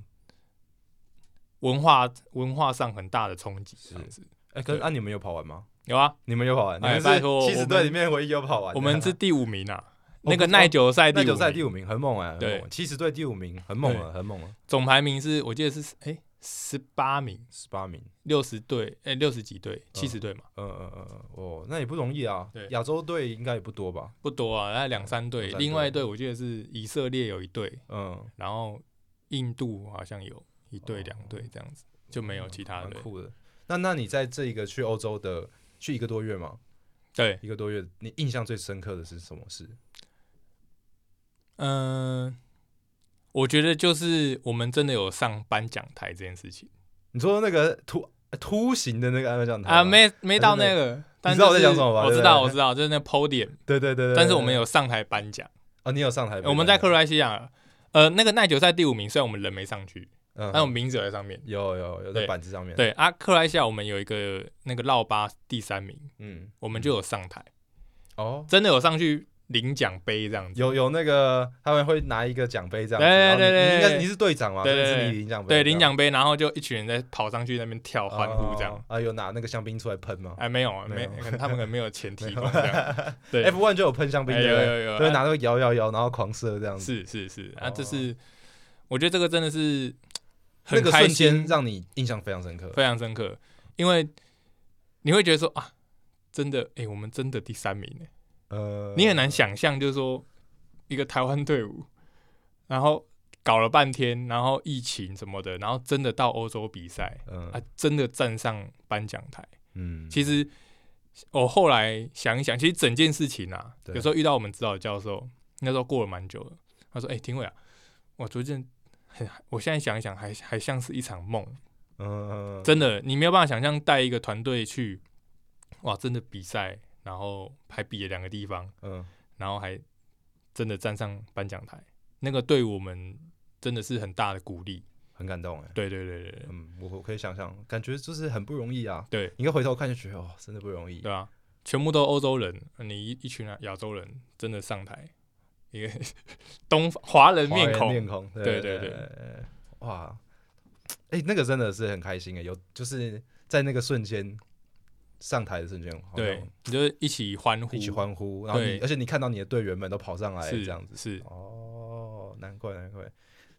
S2: 文化文化上很大的冲击，这样子
S1: 哎，可是
S2: 对
S1: 啊，你们有跑完吗？
S2: 有啊。
S1: 你们有跑完？你
S2: 哎
S1: 们
S2: 拜
S1: 是
S2: 托
S1: 七
S2: 我
S1: 十
S2: 们
S1: 队里面唯一有跑完的，
S2: 我们是第五名啊，
S1: 哦
S2: 那
S1: 不
S2: 个
S1: 是
S2: 耐久赛哎第
S1: 那
S2: 五
S1: 就赛第
S2: 名，
S1: 五名，很猛哎，很
S2: 对
S1: 猛哎，七十队第五名，很猛了，
S2: 对
S1: 很猛欸了，
S2: 总排名是我记得是哎十八名，
S1: 十八名，
S2: 六十队哎六十几队，七十队嘛，
S1: 嗯嗯嗯嗯，哦，那也不容易啊
S2: 对，
S1: 亚洲队应该也不多吧，
S2: 不多啊，大概两三队，
S1: 两三队
S2: 另外一队我记得是以色列有一队，
S1: 嗯，
S2: 然后印度好像有一队
S1: 哦
S2: 两队这样子，就没有其
S1: 嗯
S2: 他
S1: 蛮
S2: 队。
S1: 酷的。那那你在这一个去欧洲的去一个多月嘛，
S2: 对，
S1: 一个多月，你印象最深刻的是什么事？
S2: 嗯，我觉得就是我们真的有上颁奖台这件事情
S1: 你说那个凸凸形的那个安慰讲台
S2: 啊，
S1: 吗，
S2: 没没到
S1: 嗯
S2: 那
S1: 还
S2: 个，但
S1: 知道我在
S2: 就
S1: 讲
S2: 是
S1: 什么吧
S2: 我
S1: 对
S2: 知
S1: 不
S2: 道，
S1: 对
S2: 我知道，就是那 podium，
S1: 对对对对，
S2: 但是我们
S1: 有
S2: 有上台颁奖。
S1: 哦，你有上台北，
S2: 我们在克罗埃西亚，呃，那个耐久赛第五名，虽然我们人没上去，
S1: 嗯，
S2: 但我们名字有在上面。
S1: 有有有在
S2: 对
S1: 板子上面，，
S2: 对啊，克罗埃西亚我们有一个那个绕巴第三名，
S1: 嗯，
S2: 我们就有上台，
S1: 哦，
S2: 真的有上去领奖杯这样子。
S1: 有有那个他们会拿一个奖杯这样子，然后
S2: 对对
S1: 你
S2: 对
S1: 你应
S2: 对
S1: 该
S2: 对
S1: 你是队长嘛，
S2: 对对
S1: 所以是
S2: 对
S1: 你领奖杯，
S2: 对，领奖杯，然后就一群人在跑上去那边跳欢呼这样
S1: 哦。啊，有拿那个香槟出来喷吗
S2: 哎，没有，
S1: 没
S2: 没，
S1: 有
S2: 可能他们可能没有钱提供这 样。对，
S1: ？F one 就有喷香槟
S2: 哎
S1: 的，
S2: 有
S1: 对
S2: 有有，
S1: 不对，对，
S2: 啊
S1: 拿那个摇摇摇，然后狂射这样子，
S2: 是是是，啊，这
S1: 哦
S2: 是我觉得这个真的是
S1: 那
S2: 很
S1: 个
S2: 开
S1: 瞬
S2: 心
S1: 间，让你印象非常深刻，
S2: 非常深刻，因为你会觉得说啊，真的，哎、我们真的第三名哎、
S1: 呃，
S2: 你很难想象，就是说一个台湾队伍，然后搞了半天，然后疫情什么的，然后真的到欧洲比赛
S1: 嗯
S2: 啊，真的站上颁奖台。
S1: 嗯，
S2: 其实我后来想一想，其实整件事情啊，
S1: 对
S2: 有时候遇到我们指导教授，那时候过了蛮久了，他说：“哎、廷伟啊，我昨天很，我现在想一想还还像是一场梦。”
S1: 嗯
S2: 真的，你没有办法想象带一个团队去，哇，真的比赛，然后还比了两个地方，
S1: 嗯
S2: 然后还真的站上颁奖台，那个对我们真的是很大的鼓励。
S1: 很感动哎，
S2: 对对对对对
S1: 嗯，我我可以想象，感觉就是很不容易啊，
S2: 对，
S1: 你一回头看就觉得哦，真的不容易，
S2: 对啊，全部都欧洲人，呃你一一群亚洲人真的上台，一个东华人面
S1: 华人
S2: 孔，
S1: 面孔，对对
S2: 对对
S1: 对
S2: 对
S1: 对哇，哎、那个真的是很开心哎，有就是在那个瞬间上台的瞬间，好像
S2: 对，你就是一起欢呼，
S1: 一起欢呼，然后你
S2: 对
S1: 而且你看到你的队员们都跑上来
S2: 是
S1: 这样子，
S2: 是
S1: 哦，难怪难怪。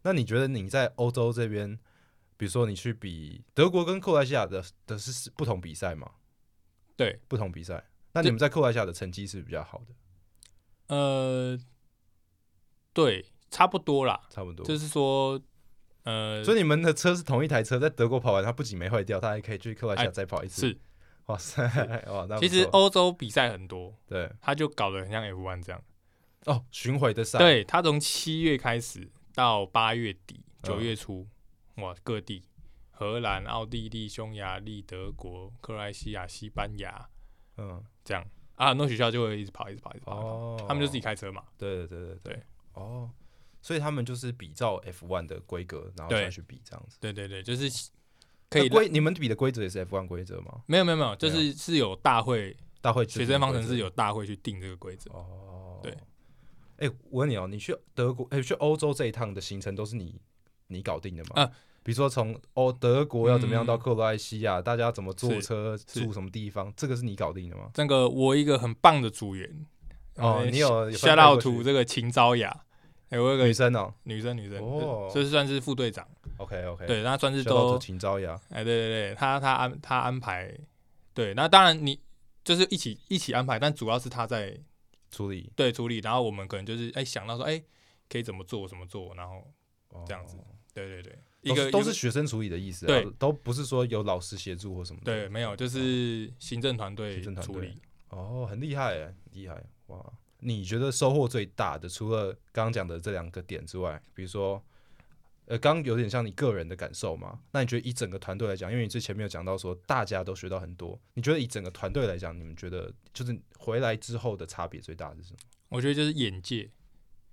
S1: 那你觉得你在欧洲这边，比如说你去比德国跟克罗地亚的的是是不同比赛吗？
S2: 对，
S1: 不同比赛。那你们在克罗地亚的成绩是比较好的，
S2: 呃，对，差不多啦，
S1: 差不多。
S2: 就是说，呃，
S1: 所以你们的车是同一台车，在德国跑完，它不仅没坏掉，它还可以去克罗地亚
S2: 哎
S1: 再跑一次。
S2: 是
S1: 哇塞，哇，那不
S2: 其实
S1: 错
S2: 欧洲比赛很多，
S1: 对
S2: 他就搞得很像 F1 这样。
S1: 哦，巡回的赛，，
S2: 对他从七月开始到八月底、九
S1: 嗯
S2: 月初，哇，各地荷兰、奥地利、匈牙利、德国、克罗埃西亚、西班牙
S1: 嗯，
S2: 这样啊，很多学校就会一直跑，一直跑，一直跑。一直跑
S1: 哦，
S2: 他们就自己，开车嘛，
S1: 对对对对
S2: 对，
S1: 哦，所以他们就是比照 F1 的规格，然后
S2: 对
S1: 再去比这样子。
S2: 对对对，就是可
S1: 那
S2: 以让。
S1: 规，你们比的规则也是 F1 规则吗？
S2: 没有没有没有，就
S1: 没
S2: 是是有大会，
S1: 大会制
S2: 学
S1: 定
S2: 生方
S1: 规
S2: 程
S1: 则
S2: 式有大会去定这个规则。
S1: 哦，
S2: 对。
S1: 哎、我问你哦，你去德国，哎、去欧洲这一趟的行程都是你你搞定的吗？
S2: 啊
S1: 比如说从欧德国要怎么样
S2: 嗯
S1: 到克罗埃西亚，大家怎么坐
S2: 是
S1: 车
S2: 是
S1: 住什么地方，这个是你搞定的吗？
S2: 那个我一个很棒的组员
S1: 哦你有有分
S2: 下
S1: 配
S2: 到
S1: 过去
S2: 图这个秦昭雅，哎，我有个
S1: 女生哦
S2: 女生女生，
S1: 哦
S2: 这是算是副队长，
S1: ，OK OK，，
S2: 对，那算是
S1: 都
S2: 都，
S1: 秦昭雅，
S2: 哎，对对对，他他安他安排，对，那当然你就是一起一起安排，但主要是他在
S1: 处理
S2: 对处理，然后我们可能就是哎想到说哎可以怎么做怎么做，然后这样子
S1: 哦
S2: 对对对，
S1: 都是
S2: 一个
S1: 都
S2: 一个
S1: 是学生处理的意思、啊，
S2: 对，
S1: 都不是说有老师协助或什么的。
S2: 对没有，就是行政团
S1: 嗯
S2: 队
S1: 行政团
S2: 处
S1: 队
S2: 理，
S1: 哦，很厉害耶，厉害哇！你觉得收获最大的，除了刚刚讲的这两个点之外，比如说，呃，刚刚有点像你个人的感受嘛？那你觉得以整个团队来讲，因为你之前没有讲到说大家都学到很多，你觉得以整个团队来讲，你们觉得就是回来之后的差别最大是什么？
S2: 我觉得就是眼界，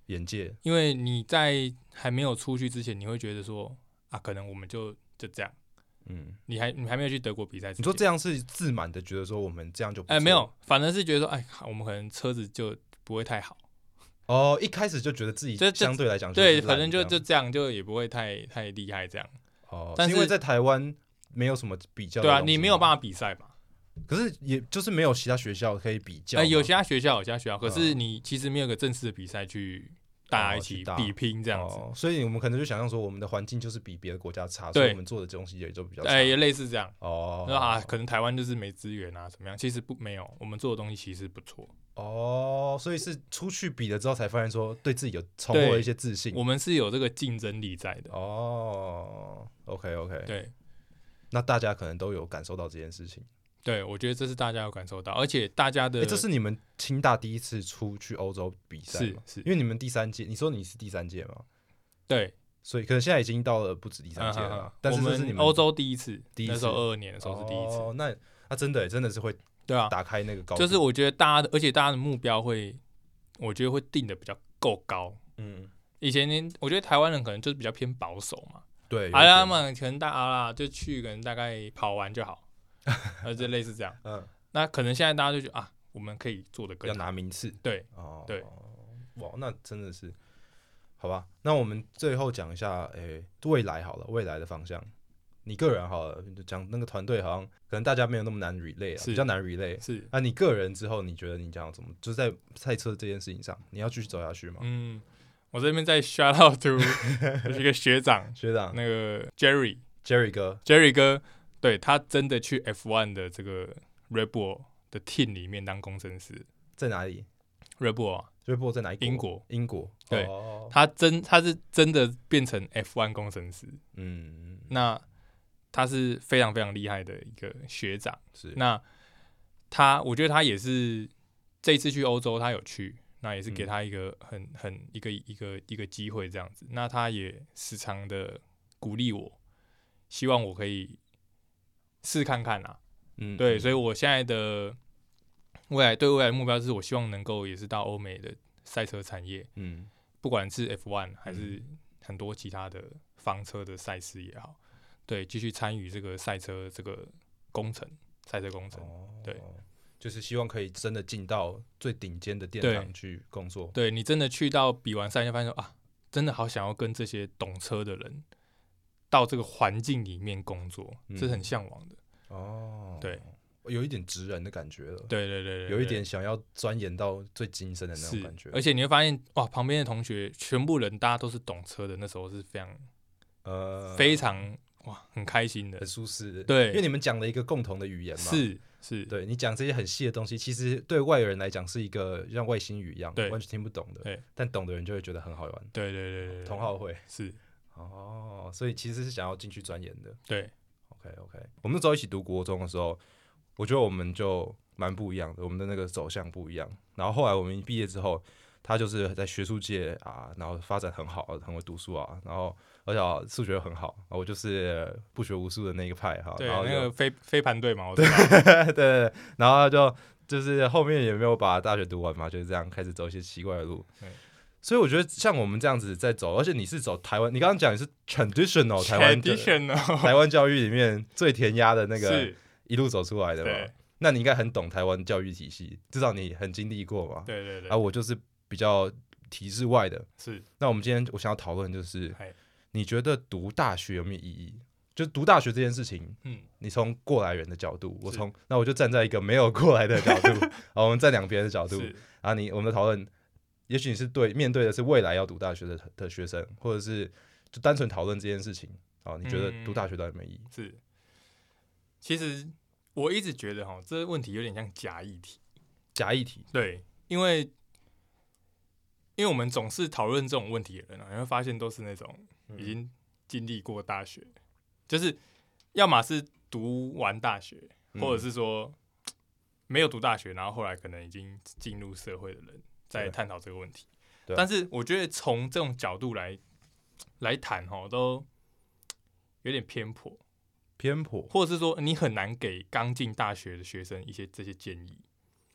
S1: 眼界，
S2: 因为你在还没有出去之前，你会觉得说啊，可能我们就就这样，
S1: 嗯，
S2: 你还你还没有去德国比赛之前，
S1: 你说这样是自满的，觉得说我们这样就不
S2: 哎、
S1: 错
S2: 没有，反正是觉得说哎，我们可能车子就不会太好，
S1: 哦，一开始就觉得自己
S2: 这这
S1: 相对来讲就是
S2: 对，
S1: 烂
S2: 反正就
S1: 这
S2: 就
S1: 样
S2: 这样，就也不会太太厉害这样，
S1: 哦，
S2: 但
S1: 是因为
S2: 是
S1: 在台湾没有什么比较的
S2: 对啊，
S1: 东西
S2: 你没有
S1: 嘛
S2: 办法比赛嘛，
S1: 可是也就是没有其他学校可以比较
S2: 哎、
S1: 嘛，
S2: 有其他学校有其他学校，可是
S1: 嗯
S2: 你其实没有个正式的比赛去大家
S1: 哦
S2: 一
S1: 去
S2: 起
S1: 打
S2: 比拼这样子，
S1: 哦，所以我们可能就想象说，我们的环境就是比别的国家差，
S2: 对
S1: 所以我们做的东西也就比较差。
S2: 哎、也类似这样。
S1: 哦，
S2: 那啊，可能台湾就是没资源啊，怎么样？其实不没有，我们做的东西其实不错。
S1: 哦，所以是出去比了之后才发现说，对自己有重
S2: 对
S1: 获了一些自信。
S2: 我们是有这个竞争力在的。
S1: 哦，OK OK，
S2: 对
S1: 那大家可能都有感受到这件事情。
S2: 对，我觉得这是大家有感受到，而且大家的、
S1: 哎，这是你们清大第一次出去欧洲比赛
S2: 是
S1: 吗？
S2: 是
S1: 因为你们第三届，你说你是第三届嘛，
S2: 对，
S1: 所以可能现在已经到了不止第三
S2: 嗯
S1: 届了
S2: 哼
S1: 啦
S2: 哼，
S1: 但是
S2: 我
S1: 这是你
S2: 们
S1: 们
S2: 欧洲第一次，
S1: 第一
S2: 那时候
S1: 次
S2: 二二年的时候是第一次，
S1: 哦，那那真的耶真的是会
S2: 对啊，
S1: 打开那个高度，
S2: 就是我觉得大家的，而且大家的目标会，我觉得会定的比较够高。
S1: 嗯，
S2: 以前呢我觉得台湾人可能就是比较偏保守嘛，
S1: 对，
S2: 啊啦
S1: 有一点
S2: 嘛，可能大啊啦就去，可能大概跑完 就好，呃，就类似这样。
S1: 嗯，
S2: 那可能现在大家就觉得啊，我们可以做的更
S1: 要
S2: 好。
S1: 拿名次，
S2: 对，
S1: 哦，
S2: 对，
S1: 哇，那真的是，好吧，那我们最后讲一下，诶、未来好了，未来的方向，你个人好了，就讲那个团队好像可能大家没有那么难 relay 啊，
S2: 是
S1: 比较难 relay。
S2: 是，
S1: 啊，你个人之后，你觉得你想要怎么？就是在赛车这件事情上，你要继续走下去吗？
S2: 嗯，我这边在 shout out to 就是一个 学长，
S1: 学长
S2: 那个 Jerry
S1: 啊，Jerry 哥，
S2: Jerry 哥，对他真的去 F1 的这个 Red Bull 的 team 里面当工程师
S1: 在哪里
S2: ，Red Bull 啊，
S1: ？Red Bull 在哪一国？
S2: 英，国，
S1: 英国。
S2: 对
S1: 哦、
S2: 他真他是真的变成 F1 工程师，
S1: 嗯，
S2: 那他是非常非常厉害的一个学长。
S1: 是，
S2: 那他，我觉得他也是这一次去欧洲，他有去，那也是给
S1: 嗯
S2: 他一个很很一个一个一个机会这样子。那他也时常的鼓励我，希望我可以试看看啊。
S1: 嗯，
S2: 对，
S1: 嗯
S2: 所以我现在的未来对未来的目标就是，我希望能够也是到欧美的赛车产业，
S1: 嗯，
S2: 不管是 F1 还是很多其他的房车的赛事也好，对，继续参与这个赛车这个工程，赛车工程。
S1: 哦，
S2: 对，
S1: 就是希望可以真的进到最顶尖的殿
S2: 对
S1: 堂去工作。
S2: 对你真的去到比完赛，你就发现说啊，真的好想要跟这些懂车的人到这个环境里面工作，
S1: 嗯
S2: 这是很向往的。
S1: 哦，
S2: 对，
S1: 有一点职人的感觉了，
S2: 对对对对，
S1: 有一
S2: 对
S1: 点想要钻研到最精深的那种
S2: 是
S1: 感觉，。
S2: 而且你会发现哇，旁边的同学全部人大家都是懂车的，那时候是非常、
S1: 呃，
S2: 非常哇很开心的
S1: 很，舒适，
S2: 对
S1: 因为你们讲了一个共同的语言嘛，，
S2: 是是，
S1: 对你讲这些很细的东西，其实对外人来讲是一个像外星语一样，
S2: 对
S1: 完全听不懂的，
S2: 对，
S1: 但懂的人就会觉得很好玩，
S2: 对对对对对，
S1: 同好会。
S2: 是
S1: 哦，所以其实是想要进去钻研的。
S2: 对
S1: OK OK，我们那时候一起读国中的时候，我觉得我们就蛮不一样的，我们的那个走向不一样。然后后来我们一毕业之后，他就是在学术界啊，然后发展很好，很会读书啊，然后而且啊数学很好，啊我就是不学无术的那个派哈。
S2: 对
S1: 然后
S2: 那
S1: 就
S2: 个飞飞盘队嘛，我知道，
S1: 对对，然后就就是后面也没有把大学读完嘛，就是这样开始走一些奇怪的路
S2: 对。
S1: 所以我觉得像我们这样子在走，而且你是走台湾，你刚刚讲你是 traditional 台湾的
S2: traditional
S1: 台湾教育里面最填鸭的 那个
S2: 是，
S1: 一路走出来的嘛
S2: 对。
S1: 那你应该很懂台湾教育体系，至少你很经历过嘛。
S2: 对对对，
S1: 啊，我就是比较体制外的。
S2: 是哎
S1: 那我们今天我想要讨论就是
S2: 嗨，
S1: 你觉得读大学有没有意义？就读大学这件事情，
S2: 嗯
S1: 你从过来人的角度，我
S2: 是
S1: 从那我就站在一个没有过来的角度， 啊，我们站两边的角度，
S2: 是
S1: 啊，你我们的讨论，也许你是对面对的是未来要读大学的的学生，或者是就单纯讨论这件事情，啊，你觉得读
S2: 嗯
S1: 大学到底有没有意义？
S2: 是，其实我一直觉得哈，这个问题有点像假议题。
S1: 假议题，
S2: 对，因为因为我们总是讨论这种问题的人啊，你会发现都是那种
S1: 嗯
S2: 已经经历过大学，就是要么是读完大学，或者
S1: 嗯
S2: 是说没有读大学，然后后来可能已经进入社会的人在
S1: 对
S2: 探讨这个问题。
S1: 对啊
S2: 但是我觉得从这种角度来来谈哈，都有点偏颇，
S1: 偏颇。
S2: 或者是说你很难给刚进大学的学生一些这些建议。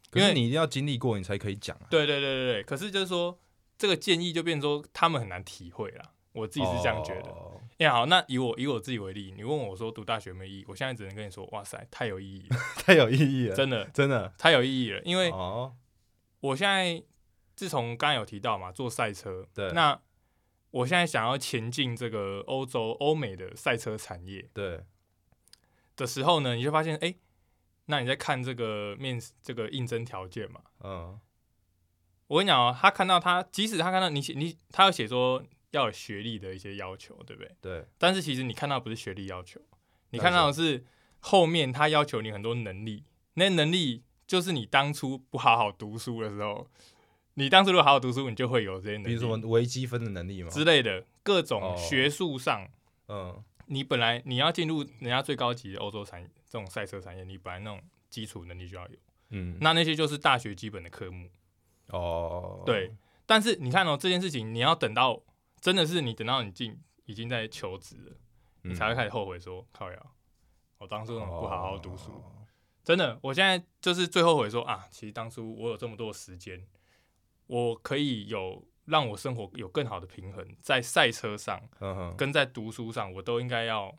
S1: 可
S2: 因
S1: 是
S2: 为
S1: 你一定要经历过，你才可以讲啊。
S2: 对对对对对，可是就是说这个建议就变成说他们很难体会啦。我自己是这样觉得。
S1: 哦
S2: 哎、好，那以我以我自己为例，你问我说读大学有没有意义，我现在只能跟你说，哇塞，太有意 义了，
S1: 太有意义了，
S2: 真的
S1: 真的。
S2: 太有意义了。因为
S1: 哦，
S2: 我现在自从刚刚有提到嘛，做赛车，
S1: 对
S2: 那我现在想要前进这个欧洲、欧美的赛车产业
S1: 对
S2: 的时候呢，你就发现，哎、那你在看这个面试这个应征条件嘛？
S1: 嗯，
S2: 我跟你讲哦，他看到他，即使他看到你写你，他有写说要有学历的一些要求，对不对？
S1: 对
S2: 但是其实你看到不是学历要求，
S1: 那
S2: 你
S1: 是
S2: 看到的是后面他要求你很多能力，那能力就是你当初不好好读书的时候，你当初如果好好读书，你就会有这些能力，
S1: 比如说微积分的能力嘛，
S2: 之类的各种
S1: 哦
S2: 学术上，
S1: 嗯，
S2: 你本来你要进入人家最高级的欧洲产这种赛车产业，你本来那种基础能力就要有，
S1: 嗯，
S2: 那那些就是大学基本的科目。
S1: 哦，
S2: 对，但是你看哦，这件事情你要等到真的是你等到你进已经在求职了，
S1: 嗯，
S2: 你才会开始后悔说靠呀，我当初怎么不好好读书？
S1: 哦
S2: 真的，我现在就是最后悔说啊，其实当初我有这么多时间，我可以有让我生活有更好的平衡，在赛车上
S1: 嗯哼，
S2: 跟在读书上，我都应该要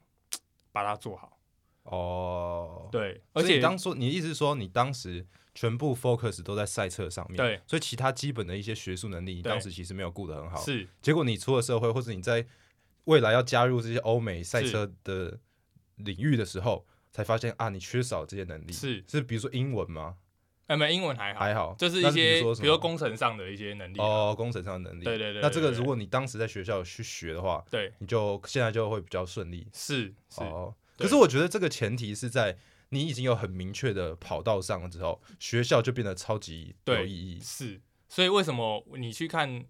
S2: 把它做好。
S1: 哦，
S2: 对，而
S1: 所以
S2: 且
S1: 你当说你的意思是说你当时全部 focus 都在赛车上面，
S2: 对，
S1: 所以其他基本的一些学术能力，你
S2: 对
S1: 当时其实没有顾得很好，，
S2: 是
S1: 结果你出了社会，或者你在未来要加入这些欧美赛车的领域的时候，才发现啊，你缺少这些能力，
S2: 是，
S1: 是比如说英文吗？
S2: 哎，没英文还好，
S1: 还好，
S2: 就是一
S1: 那比
S2: 些
S1: 如说
S2: 比如说
S1: 工
S2: 工程上的一些能力啊。
S1: 哦工程上的能力，
S2: 对对对对
S1: 那这个
S2: 对对
S1: 如果你当时在学校有去学的话，
S2: 对，
S1: 你就现在就会比较顺利，
S2: 是是，
S1: 哦，
S2: 对
S1: 可是我觉得这个前提是在你已经有很明确的跑道上了之后，学校就变得超级有
S2: 对
S1: 意义。
S2: 是，所以为什么你去看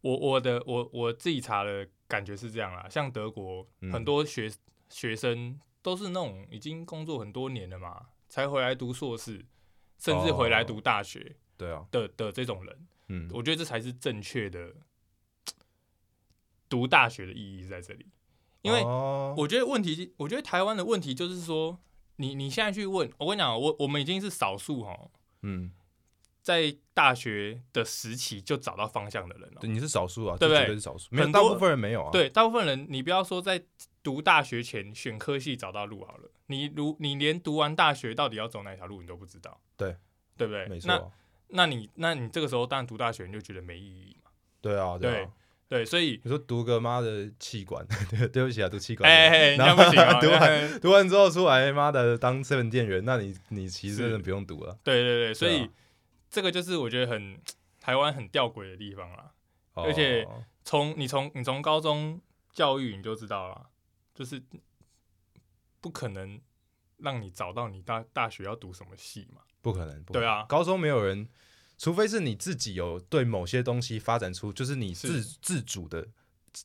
S2: 我我的我我自己查的感觉是这样啦，像德国、
S1: 嗯
S2: 很多学学生都是那种已经工作很多年了嘛，才回来读硕士，甚至回来
S1: 哦
S2: 读大学
S1: 对啊，
S2: 的、的这种人，
S1: 嗯，
S2: 我觉得这才是正确的读大学的意义在这里，因为
S1: 哦
S2: 我觉得问题，我觉得台湾的问题就是说，你你现在去问，我跟你讲，我我们已经是少数哈，
S1: 嗯，
S2: 在大学的时期就找到方向的人了。
S1: 对你是少数啊，
S2: 对不
S1: 这
S2: 对
S1: 绝对是少数，没有
S2: 很
S1: 大
S2: 多
S1: 部分人没有啊。，
S2: 对，大部分人，你不要说在读大学前选科系找到路好了，你如你连读完大学到底要走哪条路你都不知道，
S1: 对
S2: 对不对？
S1: 没
S2: 那
S1: 错，
S2: 那你那你这个时候当然读大学你就觉得没意义嘛，
S1: 对啊，对
S2: 对
S1: 啊。
S2: 对，所以
S1: 你说读个妈的气管， 对对不起啊，读气管的。
S2: 哎哎，那
S1: 然
S2: 不
S1: 后，
S2: 行 啊
S1: 读
S2: 哎
S1: 完读完之后出来，妈的当 seven 店员，那你你其实
S2: 是
S1: 真的不用读了。
S2: 对对对，所
S1: 对啊
S2: 以这个就是我觉得很台湾很吊诡的地方啊啦。
S1: 哦
S2: 而且从你从你从高中教育你就知道了，就是不可能让你找到你大大学要读什么系嘛。
S1: 不可能，不可能
S2: 对啊
S1: 高中没有人，除非是你自己有对某些东西发展出，就是你自自主的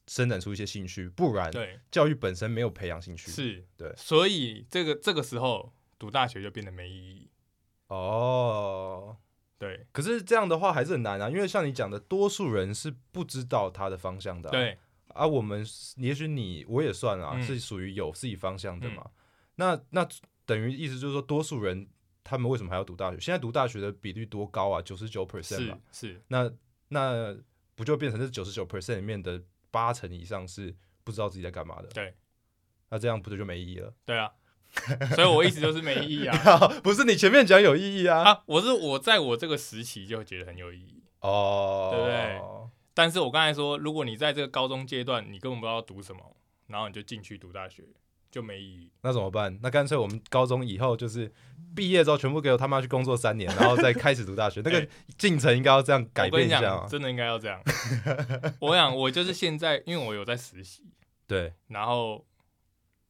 S1: 伸展出一些兴趣，不然
S2: 对，
S1: 教育本身没有培养兴趣。
S2: 是，
S1: 嗯对
S2: 所以这个这个时候读大学就变得没意义。
S1: 哦，
S2: 对
S1: 可是这样的话还是很难啊，因为像你讲的，多数人是不知道他的方向的啊、
S2: 对
S1: 啊，我们是也许你我也算啊，
S2: 嗯
S1: 是属于有自己方向的嘛。那那等于意思就是说，多数人他们为什么还要读大学？现在读大学的比率多高啊，九十九 percent 嘛
S2: 是。是，
S1: 那那不就变成这九十九 percent 里面的八成以上是不知道自己在干嘛的？
S2: 对
S1: 那这样不就就没意义了？
S2: 对啊。所以我意思就是没意义啊
S1: 不是你前面讲有意义啊？
S2: 啊！我是我在我这个时期就觉得很有意义，
S1: 哦，
S2: 对不对？但是我刚才说，如果你在这个高中阶段你根本不知道读什么，然后你就进去读大学就没意义。
S1: 那怎么办？那干脆我们高中以后就是毕业之后全部给我他妈去工作三年，然后再开始读大 学。那个进程应该要这样改
S2: 哎我跟
S1: 变
S2: 你
S1: 一
S2: 讲，
S1: 下啊！
S2: 真的应该要这样。我想，我就是现在，因为我有在实习，
S1: 对，
S2: 然后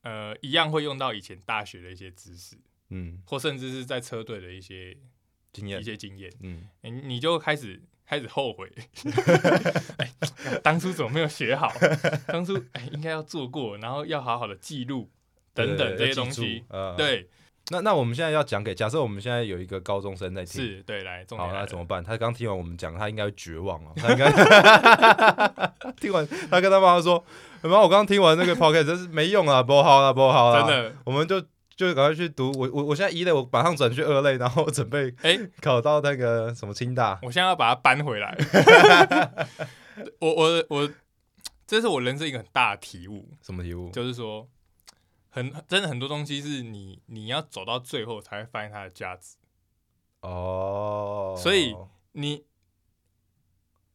S2: 呃，一样会用到以前大学的一些知识，
S1: 嗯，
S2: 或甚至是在车队的一些
S1: 经
S2: 一
S1: 验，
S2: 些经验，
S1: 嗯，
S2: 你你就开始开始后悔， 哎，当初怎么没有学好？当初哎应该要做过，然后要好好的记录等等
S1: 对对
S2: 这些
S1: 要记
S2: 东西
S1: 住，呃，
S2: 对。
S1: 那那我们现在要讲给，假设我们现在有一个高中生在听，
S2: 是对，来重
S1: 好，
S2: 点来
S1: 那
S2: 了
S1: 怎么办？他刚听完我们讲，他应该会绝望哦。他应该 听完，他跟他妈妈说：“妈，我刚听完那个 podcast 真是没用啊，不好了，不好了。”
S2: 真，的，
S1: 我们就就赶快去读。我我我现在一类，我马上转去二类，然后准备
S2: 哎、
S1: 考到那个什么清大。
S2: 我现在要把它搬回来。我我我，这是我人生一个很大的体悟，
S1: 什么题目？
S2: 就是说，很真的很多东西是你你要走到最后才会发现它的价值。
S1: 哦，
S2: 所以你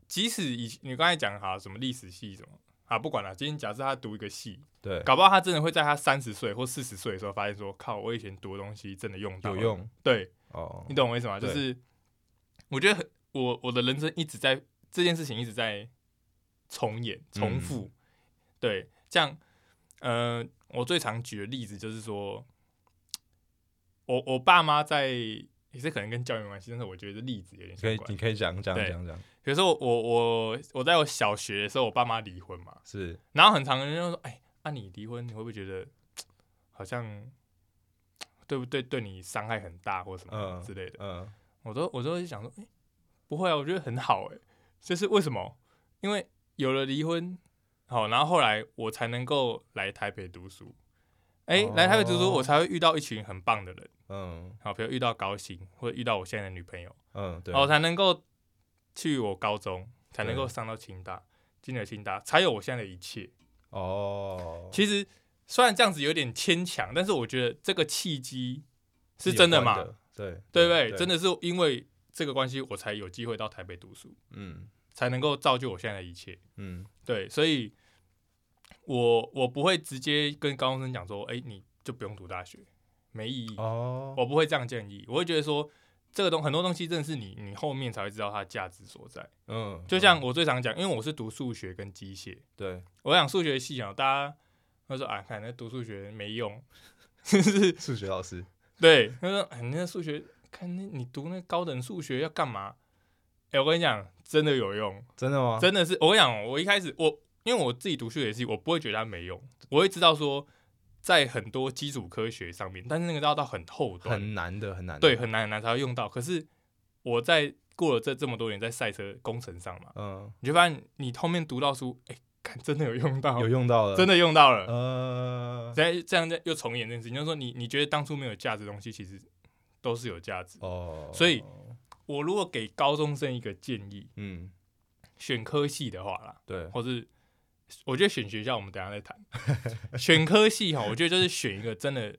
S2: 即使以你刚才讲哈什么历史系什么啊，不管了，今天假设他读一个系，
S1: 对
S2: 搞不好他真的会在他三十岁或四十岁的时候发现说，靠，我以前读的东西真的用到
S1: 有
S2: 了，
S1: 用
S2: 对，
S1: 哦
S2: 你。懂我意思吗？就
S1: 对
S2: 是我觉得很，我我的人生一直在这件事情一直在重演、重复。
S1: 嗯
S2: 对，像呃，我最常举的例子就是说，我我爸妈在也是可能跟教育有关系，但是我觉得例子有点
S1: 可
S2: 相
S1: 以，
S2: 关
S1: 你。可以讲讲
S2: 对
S1: 讲讲，
S2: 比如说我我我在我小学的时候，我爸妈离婚嘛，
S1: 是
S2: 然后很常人就说，哎，那、你离婚，你会不会觉得好像对不对？对你伤害很大或什么
S1: 嗯
S2: 之类的？
S1: 嗯
S2: 我都我都会想说，哎、不会啊，我觉得很好哎、就是为什么？因为有了离婚，好，然后后来我才能够来台北读书，哎、
S1: 哦
S2: 来台北读书，我才会遇到一群很棒的人，
S1: 嗯
S2: 好，比如遇到高鑫，或者遇到我现在的女朋友，
S1: 嗯，对
S2: 然，后才能够去我高中，才能
S1: 对
S2: 够上到清大，进了清大，才有我现在的一切。
S1: 哦，
S2: 其实虽然这样子有点牵强，但是我觉得这个契机是
S1: 有
S2: 真的
S1: 关
S2: 嘛，
S1: 对
S2: 对不对？真
S1: 的，
S2: 的是因为这个关系，我才有机会到台北读书，
S1: 嗯
S2: 才能够造就我现在的一切。
S1: 嗯，
S2: 对，所以我我不会直接跟高中生讲说，哎，你就不用读大学，没意义。
S1: 哦，
S2: 我不会这样建议，我会觉得说，这个东很多东西真的是你你后面才会知道它的价值所在。
S1: 嗯，
S2: 就
S1: 嗯
S2: 像我最常讲，因为我是读数学跟机械，
S1: 对
S2: 我讲数学系啊，大家他说啊，看那读数学没用，
S1: 数学老师，
S2: 对，他说：“哎，你那数学，看那你读那高等数学要干嘛？”哎、我跟你讲，真的有用，
S1: 真的吗？
S2: 真的是我跟你讲，我一开始我因为我自己读数学系，我不会觉得它没用，我会知道说，在很多基础科学上面，但是那个要到很后端，
S1: 很难的，很难的，
S2: 对，，很难很难才会用到。可是我在过了这这么多年在赛车工程上嘛，
S1: 嗯，
S2: 你就发现你后面读到书，哎、看真的有用到，
S1: 有用嗯到了，
S2: 嗯真
S1: 的，
S2: 的用到了。
S1: 呃，
S2: 现在这样在又重演这件事情，就是说你你觉得当初没有价值的东西，其实都是有价值。
S1: 哦，
S2: 所以，我如果给高中生一个建议，
S1: 嗯，
S2: 选科系的话啦，
S1: 对，
S2: 或是我觉得选学校，我们等一下再谈。 选科系哈，我觉得就是选一个真的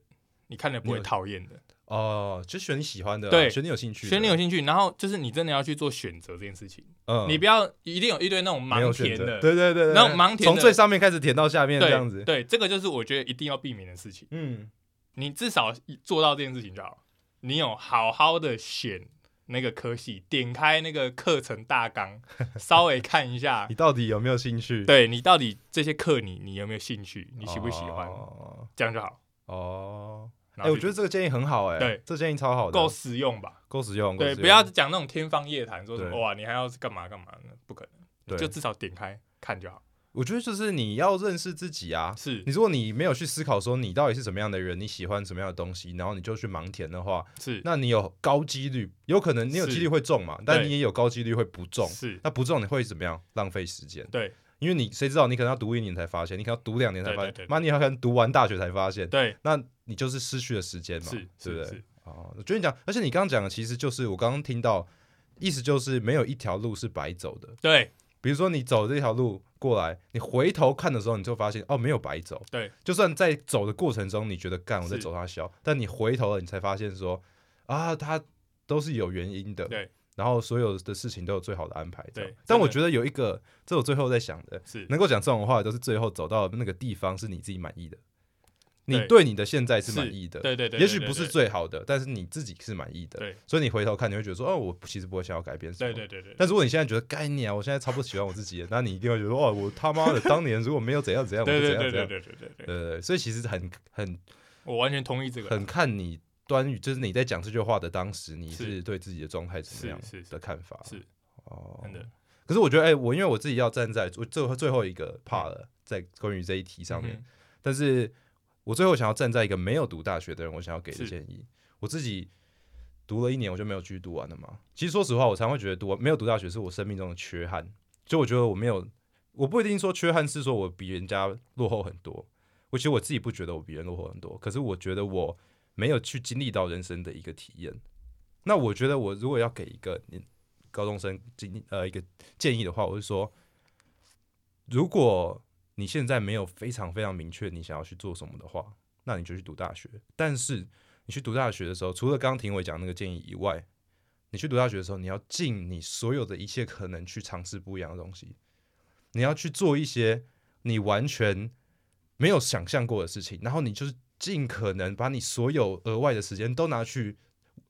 S2: 你看了不会讨厌的，
S1: 哦，就选你喜欢的啊，
S2: 对
S1: 选你有兴趣的，
S2: 选你有兴趣，然后就是你真的要去做选择这件事情，
S1: 嗯，
S2: 你不要一定有一堆那种
S1: 没有
S2: 盲
S1: 选
S2: 填
S1: 择
S2: 的，
S1: 对对对，对
S2: 那种盲填
S1: 从
S2: 的
S1: 最上面开始填到下面这样
S2: 对
S1: 子，
S2: 对，这个就是我觉得一定要避免的事情。
S1: 嗯，
S2: 你至少做到这件事情就好了。你有好好的选那个科系，点开那个课程大 纲，稍微看一下
S1: 你，到底有没有兴趣？，
S2: 对你到底这些课你你有没有兴趣，你喜不喜欢，
S1: 哦，
S2: 这样就好。
S1: 哦，
S2: 然
S1: 哎，
S2: 后
S1: 我
S2: 就
S1: 觉得这个建议很好，哎，
S2: 对
S1: 这建议超好的，
S2: 够实用吧？
S1: 够使用，够
S2: 对，
S1: 实
S2: 不要
S1: 用
S2: 讲那种天方夜谭，说什么
S1: 对
S2: 哇你还要干嘛干嘛呢？不可能，
S1: 对
S2: 就至少点开看就好。
S1: 我觉得就是你要认识自己啊，
S2: 是
S1: 你如果你没有去思考说你到底是什么样的人，你喜欢什么样的东西，然后你就去盲填的话，
S2: 是
S1: 那你有高几率，有可能你有
S2: 是
S1: 几率会中嘛，但你也有高几率会不中。
S2: 是，
S1: 那不中你会怎么样？浪费时间，
S2: 对
S1: 因为你谁知道你可能要读一年才发现，你可能要读两年才发
S2: 对对
S1: 现
S2: 对，对
S1: 妈你有可能读完大学才发现，
S2: 对
S1: 那你就是失去了时间嘛，
S2: 是
S1: 对不
S2: 是
S1: 对？
S2: 是，
S1: 哦，我觉得你讲，而且你刚刚讲的其实就是我刚刚听到，意思就是没有一条路是白走的。
S2: 对
S1: 比如说你走这条路过来，你回头看的时候，你就发现哦，没有白走。
S2: 对，
S1: 就算在走的过程中，你觉得干我在
S2: 是
S1: 走他小，但你回头了，你才发现说啊，他都是有原因的。
S2: 对，
S1: 然后所有的事情都有最好的安排。这样
S2: 对
S1: 但
S2: 真的
S1: 我觉得有一个，这我最后在想的，
S2: 是
S1: 能够讲这种话，都是最后走到那个地方是你自己满意的，你
S2: 对
S1: 对你的现在是
S2: 是
S1: 满意的。
S2: 对对对，
S1: 也许
S2: 对
S1: 不是，最好的，但是你自己是满意的
S2: 对，
S1: 所以你回头看，你会觉得说，哦，我其实不会想要改变什么
S2: 对。对对对对
S1: 但如果你现在觉得该你啊，我现在超不喜欢我自己的，那你一定会觉得哇，哦我他妈的当年如果没有怎样怎样，我就
S2: 对对
S1: 怎
S2: 对
S1: 样怎
S2: 对
S1: 样。
S2: 对对对
S1: 对
S2: 对，
S1: 对对，所以其实很很
S2: 我完全同意这个，
S1: 很看你端于，就是你在讲这句话的当时，你
S2: 是
S1: 是对自己的状态怎么样
S2: 是是是
S1: 的看法？
S2: 是
S1: 哦，
S2: 真的。
S1: 可是我觉得，哎、我因为我自己要站在我最后最后一个 part 了，在关于这一题上面，
S2: 嗯
S1: 但是我最后想要站在一个没有读大学的人，我想要给的
S2: 是
S1: 建议，我自己读了一年，我就没有继续读完了嘛。其实说实话，我常会觉得读完没有读大学是我生命中的缺憾，就我觉得我没有，我不一定说缺憾是说我比人家落后很多，我其实我自己不觉得我比人落后很多，可是我觉得我没有去经历到人生的一个体验。那我觉得我如果要给一个你高中生经呃一个建议的话，我是说，如果你现在没有非常非常明确你想要去做什么的话，那你就去读大学。但是你去读大学的时候，除了刚刚庭伟讲那个建议以外，你去读大学的时候，你要尽你所有的一切可能去尝试不一样的东西，你要去做一些你完全没有想象过的事情，然后你就是尽可能把你所有额外的时间都拿去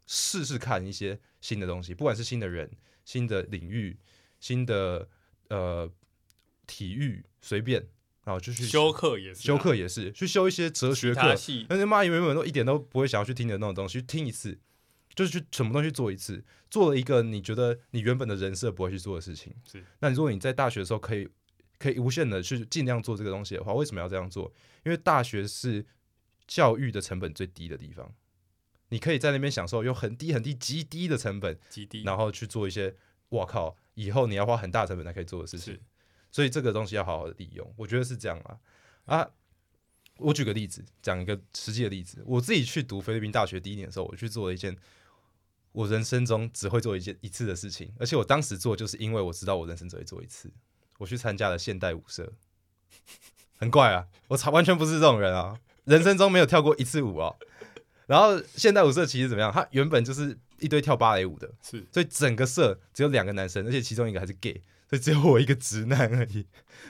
S1: 试试看一些新的东西，不管是新的人、新的领域、新的呃体育，随便，然后就去
S2: 修课也是啊
S1: 修课也是，去修一些哲学
S2: 其
S1: 课
S2: 他，系
S1: 那些妈原本都一点都不会想要去听的那种东西，去听一次，就是去什么东西做一次，做了一个你觉得你原本的人设不会去做的事情。
S2: 是，
S1: 那如果你在大学的时候可以可以无限的去尽量做这个东西的话，为什么要这样做？因为大学是教育的成本最低的地方，你可以在那边享受用很低很低极低的成本，
S2: 极低，
S1: 然后去做一些我靠以后你要花很大成本才可以做的事情
S2: 是。
S1: 所以这个东西要好好的利用，我觉得是这样啊。啊，我举个例子，讲一个实际的例子。我自己去读菲律宾大学第一年的时候，我去做了一件我人生中只会做一件一次的事情，而且我当时做就是因为我知道我人生只会做一次。我去参加了现代舞社，很怪啊，我操，完全不是这种人啊，人生中没有跳过一次舞啊。然后现代舞社其实怎么样？它原本就是一堆跳芭蕾舞的，
S2: 是
S1: 所以整个社只有两个男生，而且其中一个还是 gay，所以只有我一个直男而已，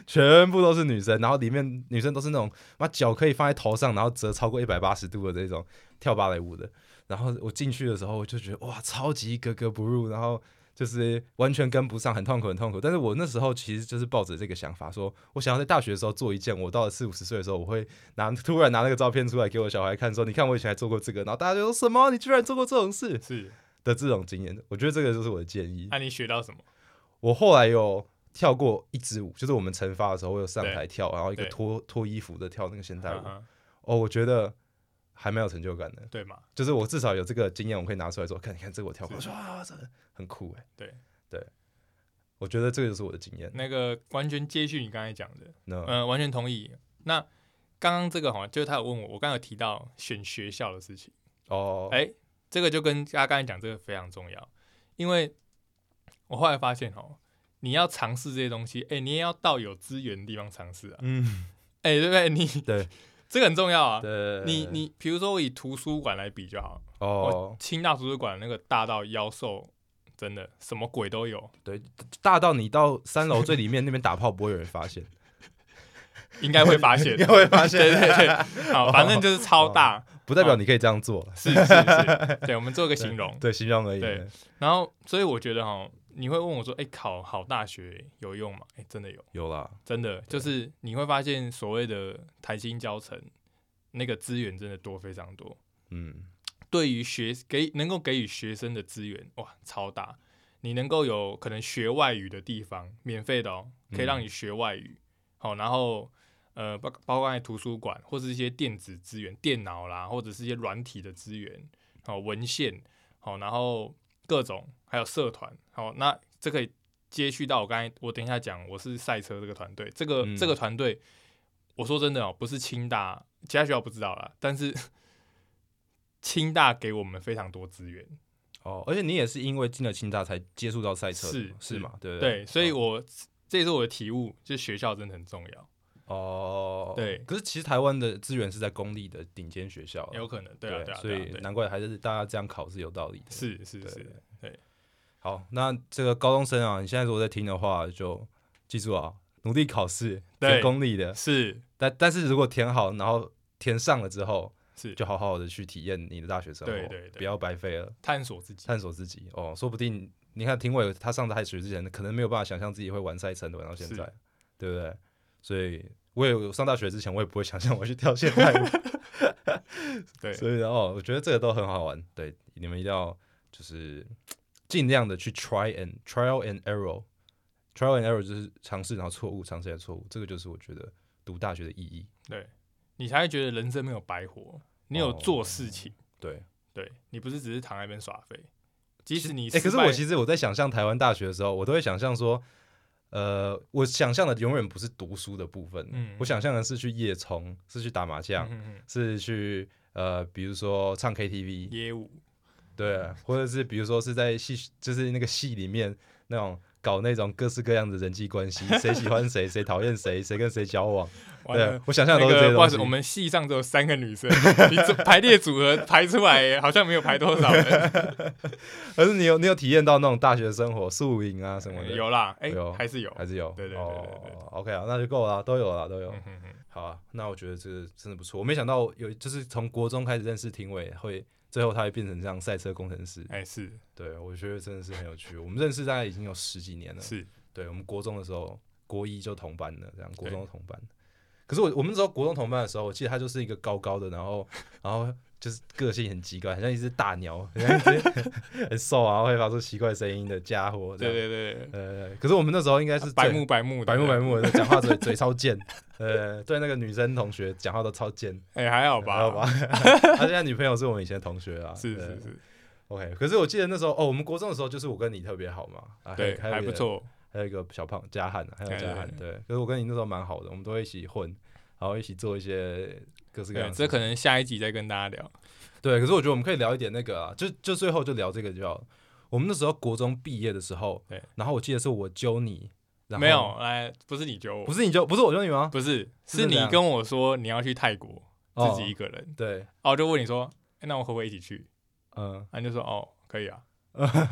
S1: 全部都是女生。然后里面女生都是那种把脚可以放在头上，然后折超过一百八十度的这种跳芭蕾舞的。然后我进去的时候，我就觉得哇，超级格格不入，然后就是完全跟不上，很痛苦，很痛苦。但是我那时候其实就是抱着这个想法说，我想要在大学的时候做一件，我到了四五十岁的时候，我会拿突然拿那个照片出来给我小孩看，说你看我以前还做过这个，然后大家就说什么你居然做过这种事，
S2: 是，
S1: 的这种经验，我觉得这个就是我的建议。
S2: 那你学到什么？
S1: 我后来有跳过一支舞，就是我们惩罚的时候，我有上
S2: 对
S1: 台跳，然后一个
S2: 对
S1: 脱脱衣服的跳那个现代舞
S2: 嗯。哼
S1: 哦，我觉得还蛮有成就感的，
S2: 对嘛？
S1: 就是我至少有这个经验，我可以拿出来说，看，你看这个我跳过，我
S2: 是
S1: 说啊，这个很酷哎。
S2: 对
S1: 对，我觉得这个就是我的经验。
S2: 那个完全接续你刚才讲的，
S1: 那
S2: 嗯，完全同意。那刚刚这个好像就是他有问我，我刚刚有提到选学校的事情，
S1: 哦，
S2: 哎、这个就跟他刚才讲这个非常重要，因为我后来发现哦，你要尝试这些东西，哎、你也要到有资源的地方尝试啊，
S1: 嗯，
S2: 哎、对不对？你
S1: 对
S2: 这个很重要啊。
S1: 对，
S2: 你你比如说我以图书馆来比就好，
S1: 哦，
S2: 清大图书馆那个大到妖兽，真的什么鬼都有，
S1: 大到你到三楼最里面那边打炮，不会有人发现，
S2: 应该 会发 现
S1: 应该。会发现。哦
S2: 对对嗯 对，好，反正就是超大，
S1: 不代表你可以这样做，
S2: 是是是，对，我们做个形容。
S1: 对，形容而已。
S2: 对然后，所以我觉得哈，你会问我说，哎、考好大学有用吗？哎、真的有，
S1: 有啦，
S2: 真的就是你会发现所谓的台新教程那个资源真的多非常多，
S1: 嗯，
S2: 对于学给能够给予学生的资源哇超大，你能够有可能学外语的地方免费的哦，可以让你学外语，好、然后。呃，包包括在图书馆或是一些电子资源、电脑啦，或者是一些软体的资源，好、文献，好、然后各种还有社团，好、那这可以接续到我刚才我等一下讲，我是赛车这个团队，这个、
S1: 嗯
S2: 这个团队，我说真的哦，不是清大，其他学校不知道啦，但是 清大给我们非常多资源，
S1: 哦，而且你也是因为进了清大才接触到赛车的
S2: 是
S1: 嘛，是嘛？对不
S2: 对，所以
S1: 哦
S2: 我、这也是我的体悟，就学校真的很重要，
S1: 哦，
S2: 对
S1: 可是其实台湾的资源是在公立的顶尖学校啊，
S2: 有可能，对啊，对啊，
S1: 所以
S2: 对啊对
S1: 难怪还是大家这样考是有道理的。
S2: 是是
S1: 对
S2: 是，
S1: 好，那这个高中生啊，你现在如果在听的话，就记住啊，努力考试，
S2: 对
S1: 填公立的，
S2: 是
S1: 但但是如果填好，然后填上了之后，
S2: 是，
S1: 就好好的去体验你的大学生活，
S2: 对对对
S1: 不要白费了。
S2: 探索自己，
S1: 探索自己哦，说不定你看庭伟他上大学之前，可能没有办法想象自己会玩赛程的，玩到现在
S2: 是，
S1: 对不对？所以我也有上大学之前，我也不会想象我去跳现代舞，
S2: 对，
S1: 所以哦，我觉得这个都很好玩。对，你们一定要就是尽量的去 try and trial and error，trial and error 就是尝试，然后错误，尝试然后错误，这个就是我觉得读大学的意义。
S2: 对，你才会觉得人生没有白活，你
S1: 哦
S2: 有做事情，
S1: 对，
S2: 对你不是只是躺在那边耍废。即使你
S1: 哎、可
S2: 失
S1: 是
S2: 败
S1: 我其实我在想象台湾大学的时候，我都会想象说，呃，我想象的永远不是读书的部分，
S2: 嗯
S1: 我想象的是去夜冲，是去打麻将，
S2: 嗯嗯
S1: 是去呃，比如说唱 KTV，
S2: 业务，
S1: 对，啊或者是比如说是在戏，就是那个戏里面那种搞那种各式各样的人际关系，谁喜欢谁，谁讨厌谁，谁跟谁交往。
S2: 完了
S1: 对，啊我想象
S2: 那
S1: 的都是这些
S2: 个不好
S1: 东
S2: 意思，
S1: 西。
S2: 我们系上只有三个女生，你 这排列组合排出来好像没有排多少人。
S1: 可是你有你有体验到那种大学生活宿营啊什么的，
S2: 有啦，哎、
S1: 有
S2: 还是有。
S1: 还是有？
S2: 对对对对对
S1: 哦、OK 啊，那就够了啊，都有了，都有。
S2: 嗯哼哼
S1: 好啊，那我觉得这个真的不错。我没想到有，就是从国中开始认识廷伟，会最后他会变成这样赛车工程师。
S2: 哎、是
S1: 对，我觉得真的是很有趣。我们认识大概已经有十几年了。
S2: 是，
S1: 对，我们国中的时候，国一就同班了，这样国
S2: 对
S1: 中同班。可是我我们那时候国中同班的时候，我记得他就是一个高高的，然后 然后就是个性很奇怪，很像一只大鸟，很像一只 很瘦啊，然后会发出奇怪声音的家伙。这
S2: 对
S1: 样
S2: 对对对，
S1: 呃，可是我们那时候应该是
S2: 白
S1: 最
S2: 目白目
S1: 白目白
S2: 目，
S1: 目的，讲话嘴 嘴超贱，呃，对那个女生同学讲话都超贱，
S2: 哎、还好吧，
S1: 好吧？ 他现在女朋友是我们以前的同学啊，
S2: 是
S1: 对
S2: 是是，
S1: OK。可是我记得那时候哦，我们国中的时候就是我跟你特别好嘛，啊
S2: 对，
S1: 有
S2: 还
S1: 一
S2: 不
S1: 个
S2: 错，哎
S1: 还有一个小胖加汉啊，还有
S2: 对
S1: 加汉，对。可是我跟你那时候蛮好的，我们都会一起混，然后一起做一些各式各样
S2: 对，
S1: 的事情。
S2: 这可能下一集再跟大家聊。
S1: 对，可是我觉得我们可以聊一点那个啊，就就最后就聊这个就好了。我们那时候国中毕业的时候，
S2: 对，
S1: 然后我记得是我揪你，然后
S2: 没有，哎，不是你揪我，
S1: 不是你揪，不是我揪你吗？
S2: 不是，
S1: 是
S2: 是
S1: 这
S2: 你
S1: 样
S2: 跟我说你要去泰国，
S1: 哦
S2: 自己一个人，
S1: 对，
S2: 哦，我就问你说，哎那我可不可以一起去？
S1: 嗯，
S2: 啊，你就说哦，可 以啊，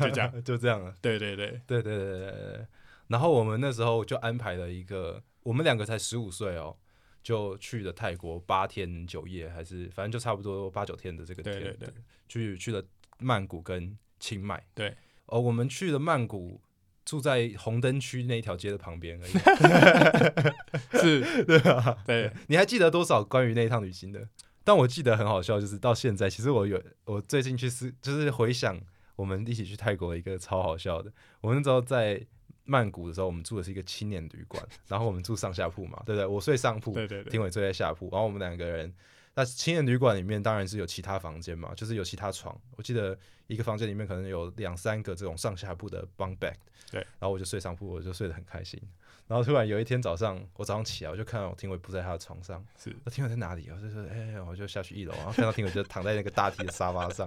S2: 就这样。
S1: 就这样了。
S2: 对对对，
S1: 对对对对对对。然后我们那时候就安排了一个，我们两个才十五岁哦，就去了泰国八天九夜，还是反正就差不多八九天的这个
S2: 对
S1: 天，
S2: 对对，
S1: 去去了曼谷跟清迈。
S2: 对，
S1: 哦，我们去了曼谷，住在红灯区那一条街的旁边而已。
S2: 是，
S1: 对啊，
S2: 对，
S1: 你还记得多少关于那一趟旅行的？但我记得很好笑，就是到现在，其实我有我最近去思，就是回想我们一起去泰国的一个超好笑的。我们那时候在曼谷的时候，我们住的是一个青年旅馆，然后我们住上下铺嘛，对不对？我睡上铺，
S2: 对对对，
S1: 丁伟睡在下铺，然后我们两个人。那青年旅馆里面当然是有其他房间嘛，就是有其他床。我记得一个房间里面可能有两三个这种上下铺的 bunk bed。
S2: 对
S1: 然后我就睡上铺，我就睡得很开心。然后突然有一天早上，我早上起来，我就看到我廷伟不在他的床上，
S2: 是
S1: 我听伟在哪里？我就说，哎、我就下去一楼，然后看到听伟就躺在那个大厅的沙发上。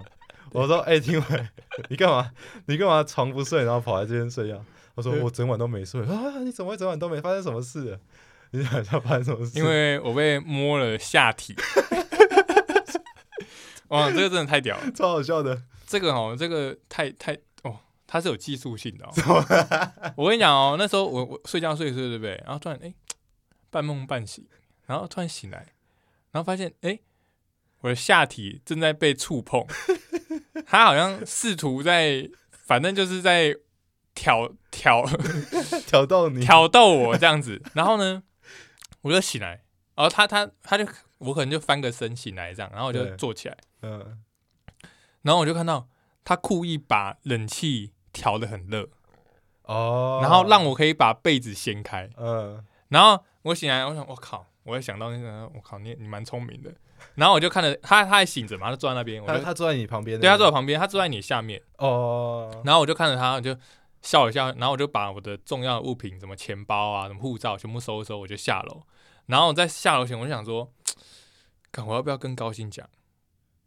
S1: 我说，哎、听伟，你干嘛？你干嘛床不睡，然后跑来这边睡觉？他说，我整晚都没睡 啊！你怎么会整晚都没发生什么事了？你想一下发生什么事？
S2: 因为我被摸了下体。 哇，这个真的太屌 了！
S1: 超好笑的，
S2: 这个哦，这个太太哦，它是有技术性的、哦。我跟你讲哦，那时候我我睡觉睡一睡对不对？然后突然哎、半梦半醒，然后突然醒来，然后发现哎、我的下体正在被触碰， 它好像试图在，反正就是在挑挑
S1: 挑逗你，
S2: 挑逗我这样子。然后呢，我就醒来，然后他他他就我可能就翻个身醒来这样，然后我就
S1: 对
S2: 坐起来，
S1: 嗯，
S2: 然后我就看到他故意把冷气调得很热，
S1: 哦，
S2: 然后让，我可以把被子掀开。
S1: 嗯，
S2: 然后我醒来，我想我靠，我也想到那个，我靠，你你蛮聪明的。然后我就看着他，他还醒着嘛，他就坐在那边，我
S1: 他
S2: 就
S1: 他坐在你旁边，
S2: 对他坐，我旁边，他坐在你下面，
S1: 哦，
S2: 然后我就看着他，我就笑一下，然后我就把我的重要的物品，什么钱包啊、什么护照，全部收一收，我就下楼。然后我在下楼前，我就想说，看我要不要跟高鑫讲？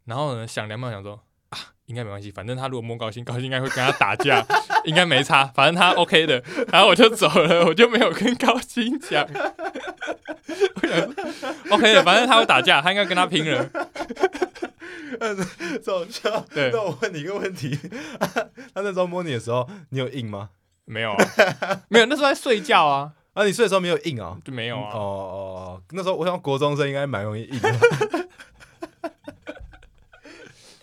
S2: 然后呢，想两秒，想说啊，应该没关系，反正他如果摸高鑫，高鑫应该会跟他打架，应该没差，反正他 OK 的。然后我就走了，我就没有跟高鑫讲。 我想说 OK 的，反正他会打架，他应该跟他拼了。
S1: 超好笑。
S2: 对
S1: 那我问你一个问题， 他那时候摸你的时候，你有硬吗？
S2: 没有、啊，没有，那时候在睡觉啊，
S1: 啊，你睡的时候没有硬啊？
S2: 就没有
S1: 哦
S2: 啊。
S1: 哦，哦那时候我想国中生应该蛮容易硬的。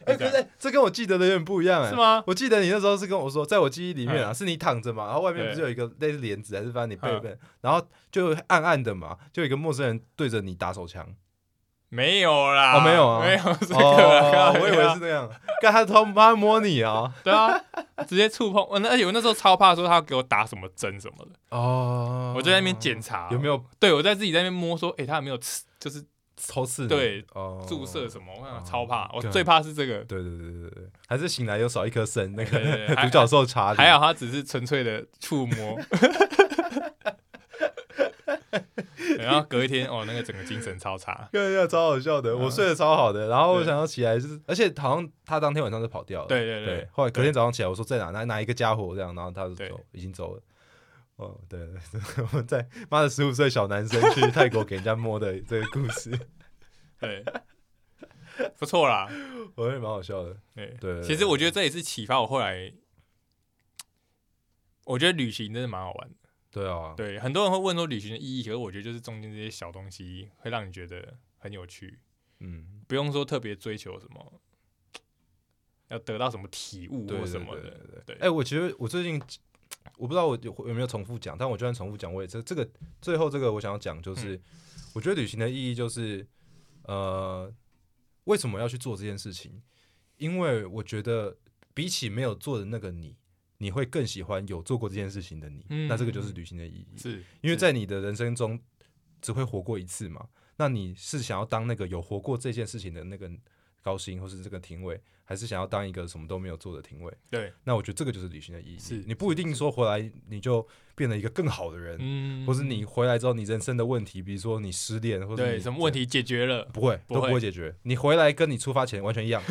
S1: 哎、
S2: 就这
S1: 可
S2: 样
S1: 是、哎这跟我记得的有点不一样哎、
S2: 是吗
S1: 我记得你那时候是跟我说，在我记忆里面
S2: 嗯
S1: 啊，是你躺着嘛，然后外面不是有一个类似帘子还是翻你被被，然后就暗暗的嘛，就有一个陌生人对着你打手枪。
S2: 没有啦，
S1: 哦没有啊
S2: 没有 这个啊啦，
S1: 哦，我以为是那 样，看他偷妈摸你啊！
S2: 对啊，直接触碰。哦我那而且我那时候超怕说他要给我打什么针什么的，
S1: 哦
S2: 我就在那边检查
S1: 有没有
S2: 哎对我在自己在那边摸说，诶，他有没有刺就是
S1: 抽刺你，
S2: 对
S1: 哦，
S2: 注射什么，我
S1: 哦
S2: 看超怕，我
S1: 干
S2: 最怕是这个。
S1: 对对对对对，还是醒来又少一颗肾，那
S2: 对对
S1: 个
S2: 对还
S1: 独角兽查理
S2: 还好他只是纯粹的触摸，然后隔一天哦，那个整个精神超差。
S1: 对对，超好笑的，我睡得超好的，然后我
S2: 嗯对
S1: 想要起来就是，而且好像他当天晚上就跑掉了，
S2: 对对对
S1: 对，后来隔天早上起来，我说在哪哪哪一个家伙这样，然后他就
S2: 对
S1: 走，已经走了。哦，对， 对对我们在妈的十五岁小男生去泰国给人家摸的这个故事，
S2: 对，不错啦。
S1: 我觉得蛮好笑的。
S2: 对
S1: 对对对
S2: 其实我觉得这也是启发我后来，我觉得旅行真的蛮好玩的。
S1: 对啊，
S2: 对，很多人会问说旅行的意义，可是我觉得就是中间这些小东西会让你觉得很有趣，
S1: 嗯，
S2: 不用说特别追求什么，要得到什么体悟
S1: 对
S2: 或
S1: 对
S2: 什
S1: 对
S2: 么
S1: 对
S2: 的。
S1: 对
S2: 对
S1: 哎、我其实我最近我不知道我有有没有重复讲，但我就算重复讲，我也这这个最后这个我想要讲
S2: 嗯
S1: 就是，我觉得旅行的意义就是，呃，为什么要去做这件事情？因为我觉得比起没有做的那个你，你会更喜欢有做过这件事情的你。
S2: 嗯
S1: 那这个就是旅行的意义，
S2: 是
S1: 因为
S2: 是
S1: 在你的人生中只会活过一次嘛。那你是想要当那个有活过这件事情的那个高薪，或是这个廷尉，还是想要当一个什么都没有做的廷尉？
S2: 对，
S1: 那我觉得这个就是旅行的意义。
S2: 是
S1: 你不一定说回来你就变得一个更好的人，
S2: 嗯
S1: 或是你回来之后你人生的问题，比如说你失恋或者
S2: 对什么问题解决了，
S1: 不会
S2: 不
S1: 都不会
S2: 会
S1: 解决。你回来跟你出发前完全一 样，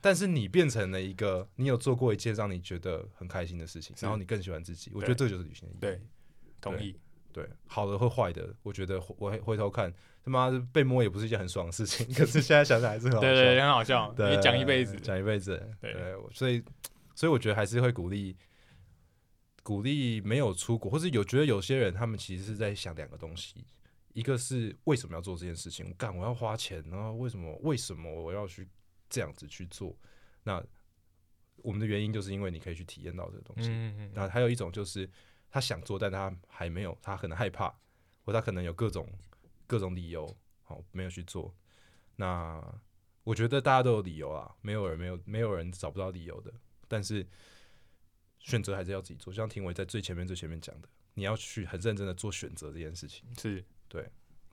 S1: 但是你变成了一个你有做过一件让你觉得很开心的事情，
S2: 是
S1: 然后你更喜欢自己。我
S2: 对
S1: 觉得这就是旅行的意义。
S2: 对，同
S1: 对
S2: 意。
S1: 对，好的或坏的，我觉得回我回头看，他妈的被摸也不是一件很爽的事 情，可是现在想想还是很好笑。
S2: 对对，很好笑，
S1: 对，
S2: 你讲一辈子。
S1: 讲一辈子。
S2: 对
S1: 对，我所以所以我觉得还是会鼓励鼓励没有出国，或是有觉得有些人他们其实是在想两个东西，一个是为什么要做这件事情，干我要花钱，然后为什么为什么我要去这样子去做？那我们的原因就是因为你可以去体验到这个东西。
S2: 嗯嗯嗯，
S1: 然后还有一种就是他想做，但他还没有，他可能害怕，或他可能有各种各种理由，好、没有去做。那我觉得大家都有理由啊，没有人没有没有人找不到理由的，但是选择还是要自己做。就像庭伟在最前面最前面讲的，你要去很认真的做选择这件事情。
S2: 嗯是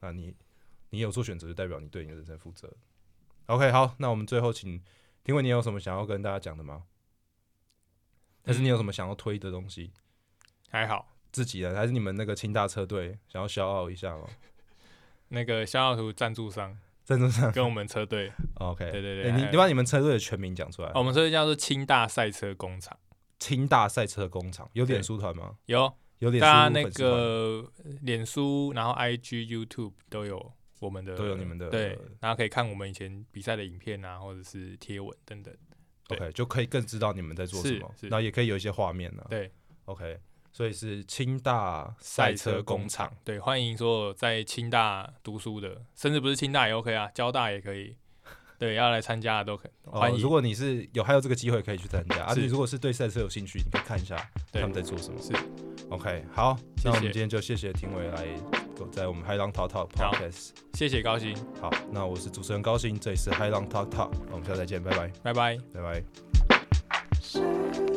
S1: 那你你有做选择，就代表你对你的人生负责。OK，好，那我们最后请庭伟，你有什么想要跟大家讲的吗？还是你有什么想要推的东西？
S2: 还好。
S1: 自己人，还是你们那个清大车队想要消耗一下吗？
S2: 那个肖小图赞助商
S1: 赞助商
S2: 跟我们车队，
S1: ，OK，
S2: 对对
S1: 欸
S2: 对，
S1: 你
S2: 还
S1: 你把你们车队的全名讲出来
S2: 哦。我们车队叫做清大赛车工厂，
S1: 清大赛车工厂有脸
S2: 对
S1: 书团吗？
S2: 有
S1: 有脸
S2: 大家
S1: 书
S2: 那
S1: 粉丝团吗
S2: 个脸书，然后 IG、YouTube 都有我们的，
S1: 都有你们的
S2: 对，然后可以看我们以前比赛的影片啊，或者是贴文等等，对
S1: ，OK，就可以更知道你们在做什么，
S2: 是是
S1: 然后也可以有一些画面呢。
S2: 对，
S1: ，OK，所以是清大
S2: 赛
S1: 车
S2: 车
S1: 工
S2: 工
S1: 厂
S2: 厂，对，欢迎所有在清大读书的，甚至不是清大也 OK 啊，交大也可以，对，要来参加的都可以，
S1: 哦
S2: 欢迎，
S1: 如果你是有还有这个机会可以去参加啊，
S2: 是
S1: 你如果是对赛车有兴趣，你可以看一下他
S2: 对
S1: 们在做什么。
S2: 是
S1: OK，好，那我们
S2: 谢谢
S1: 今天就谢谢庭伟来在我们海浪淘淘 Podcast。
S2: 谢谢高鑫，
S1: 好，那我是主持人高兴，这里是海浪 Talk Talk，我们下次再见，拜拜，
S2: 拜拜。
S1: 拜拜。
S3: Someone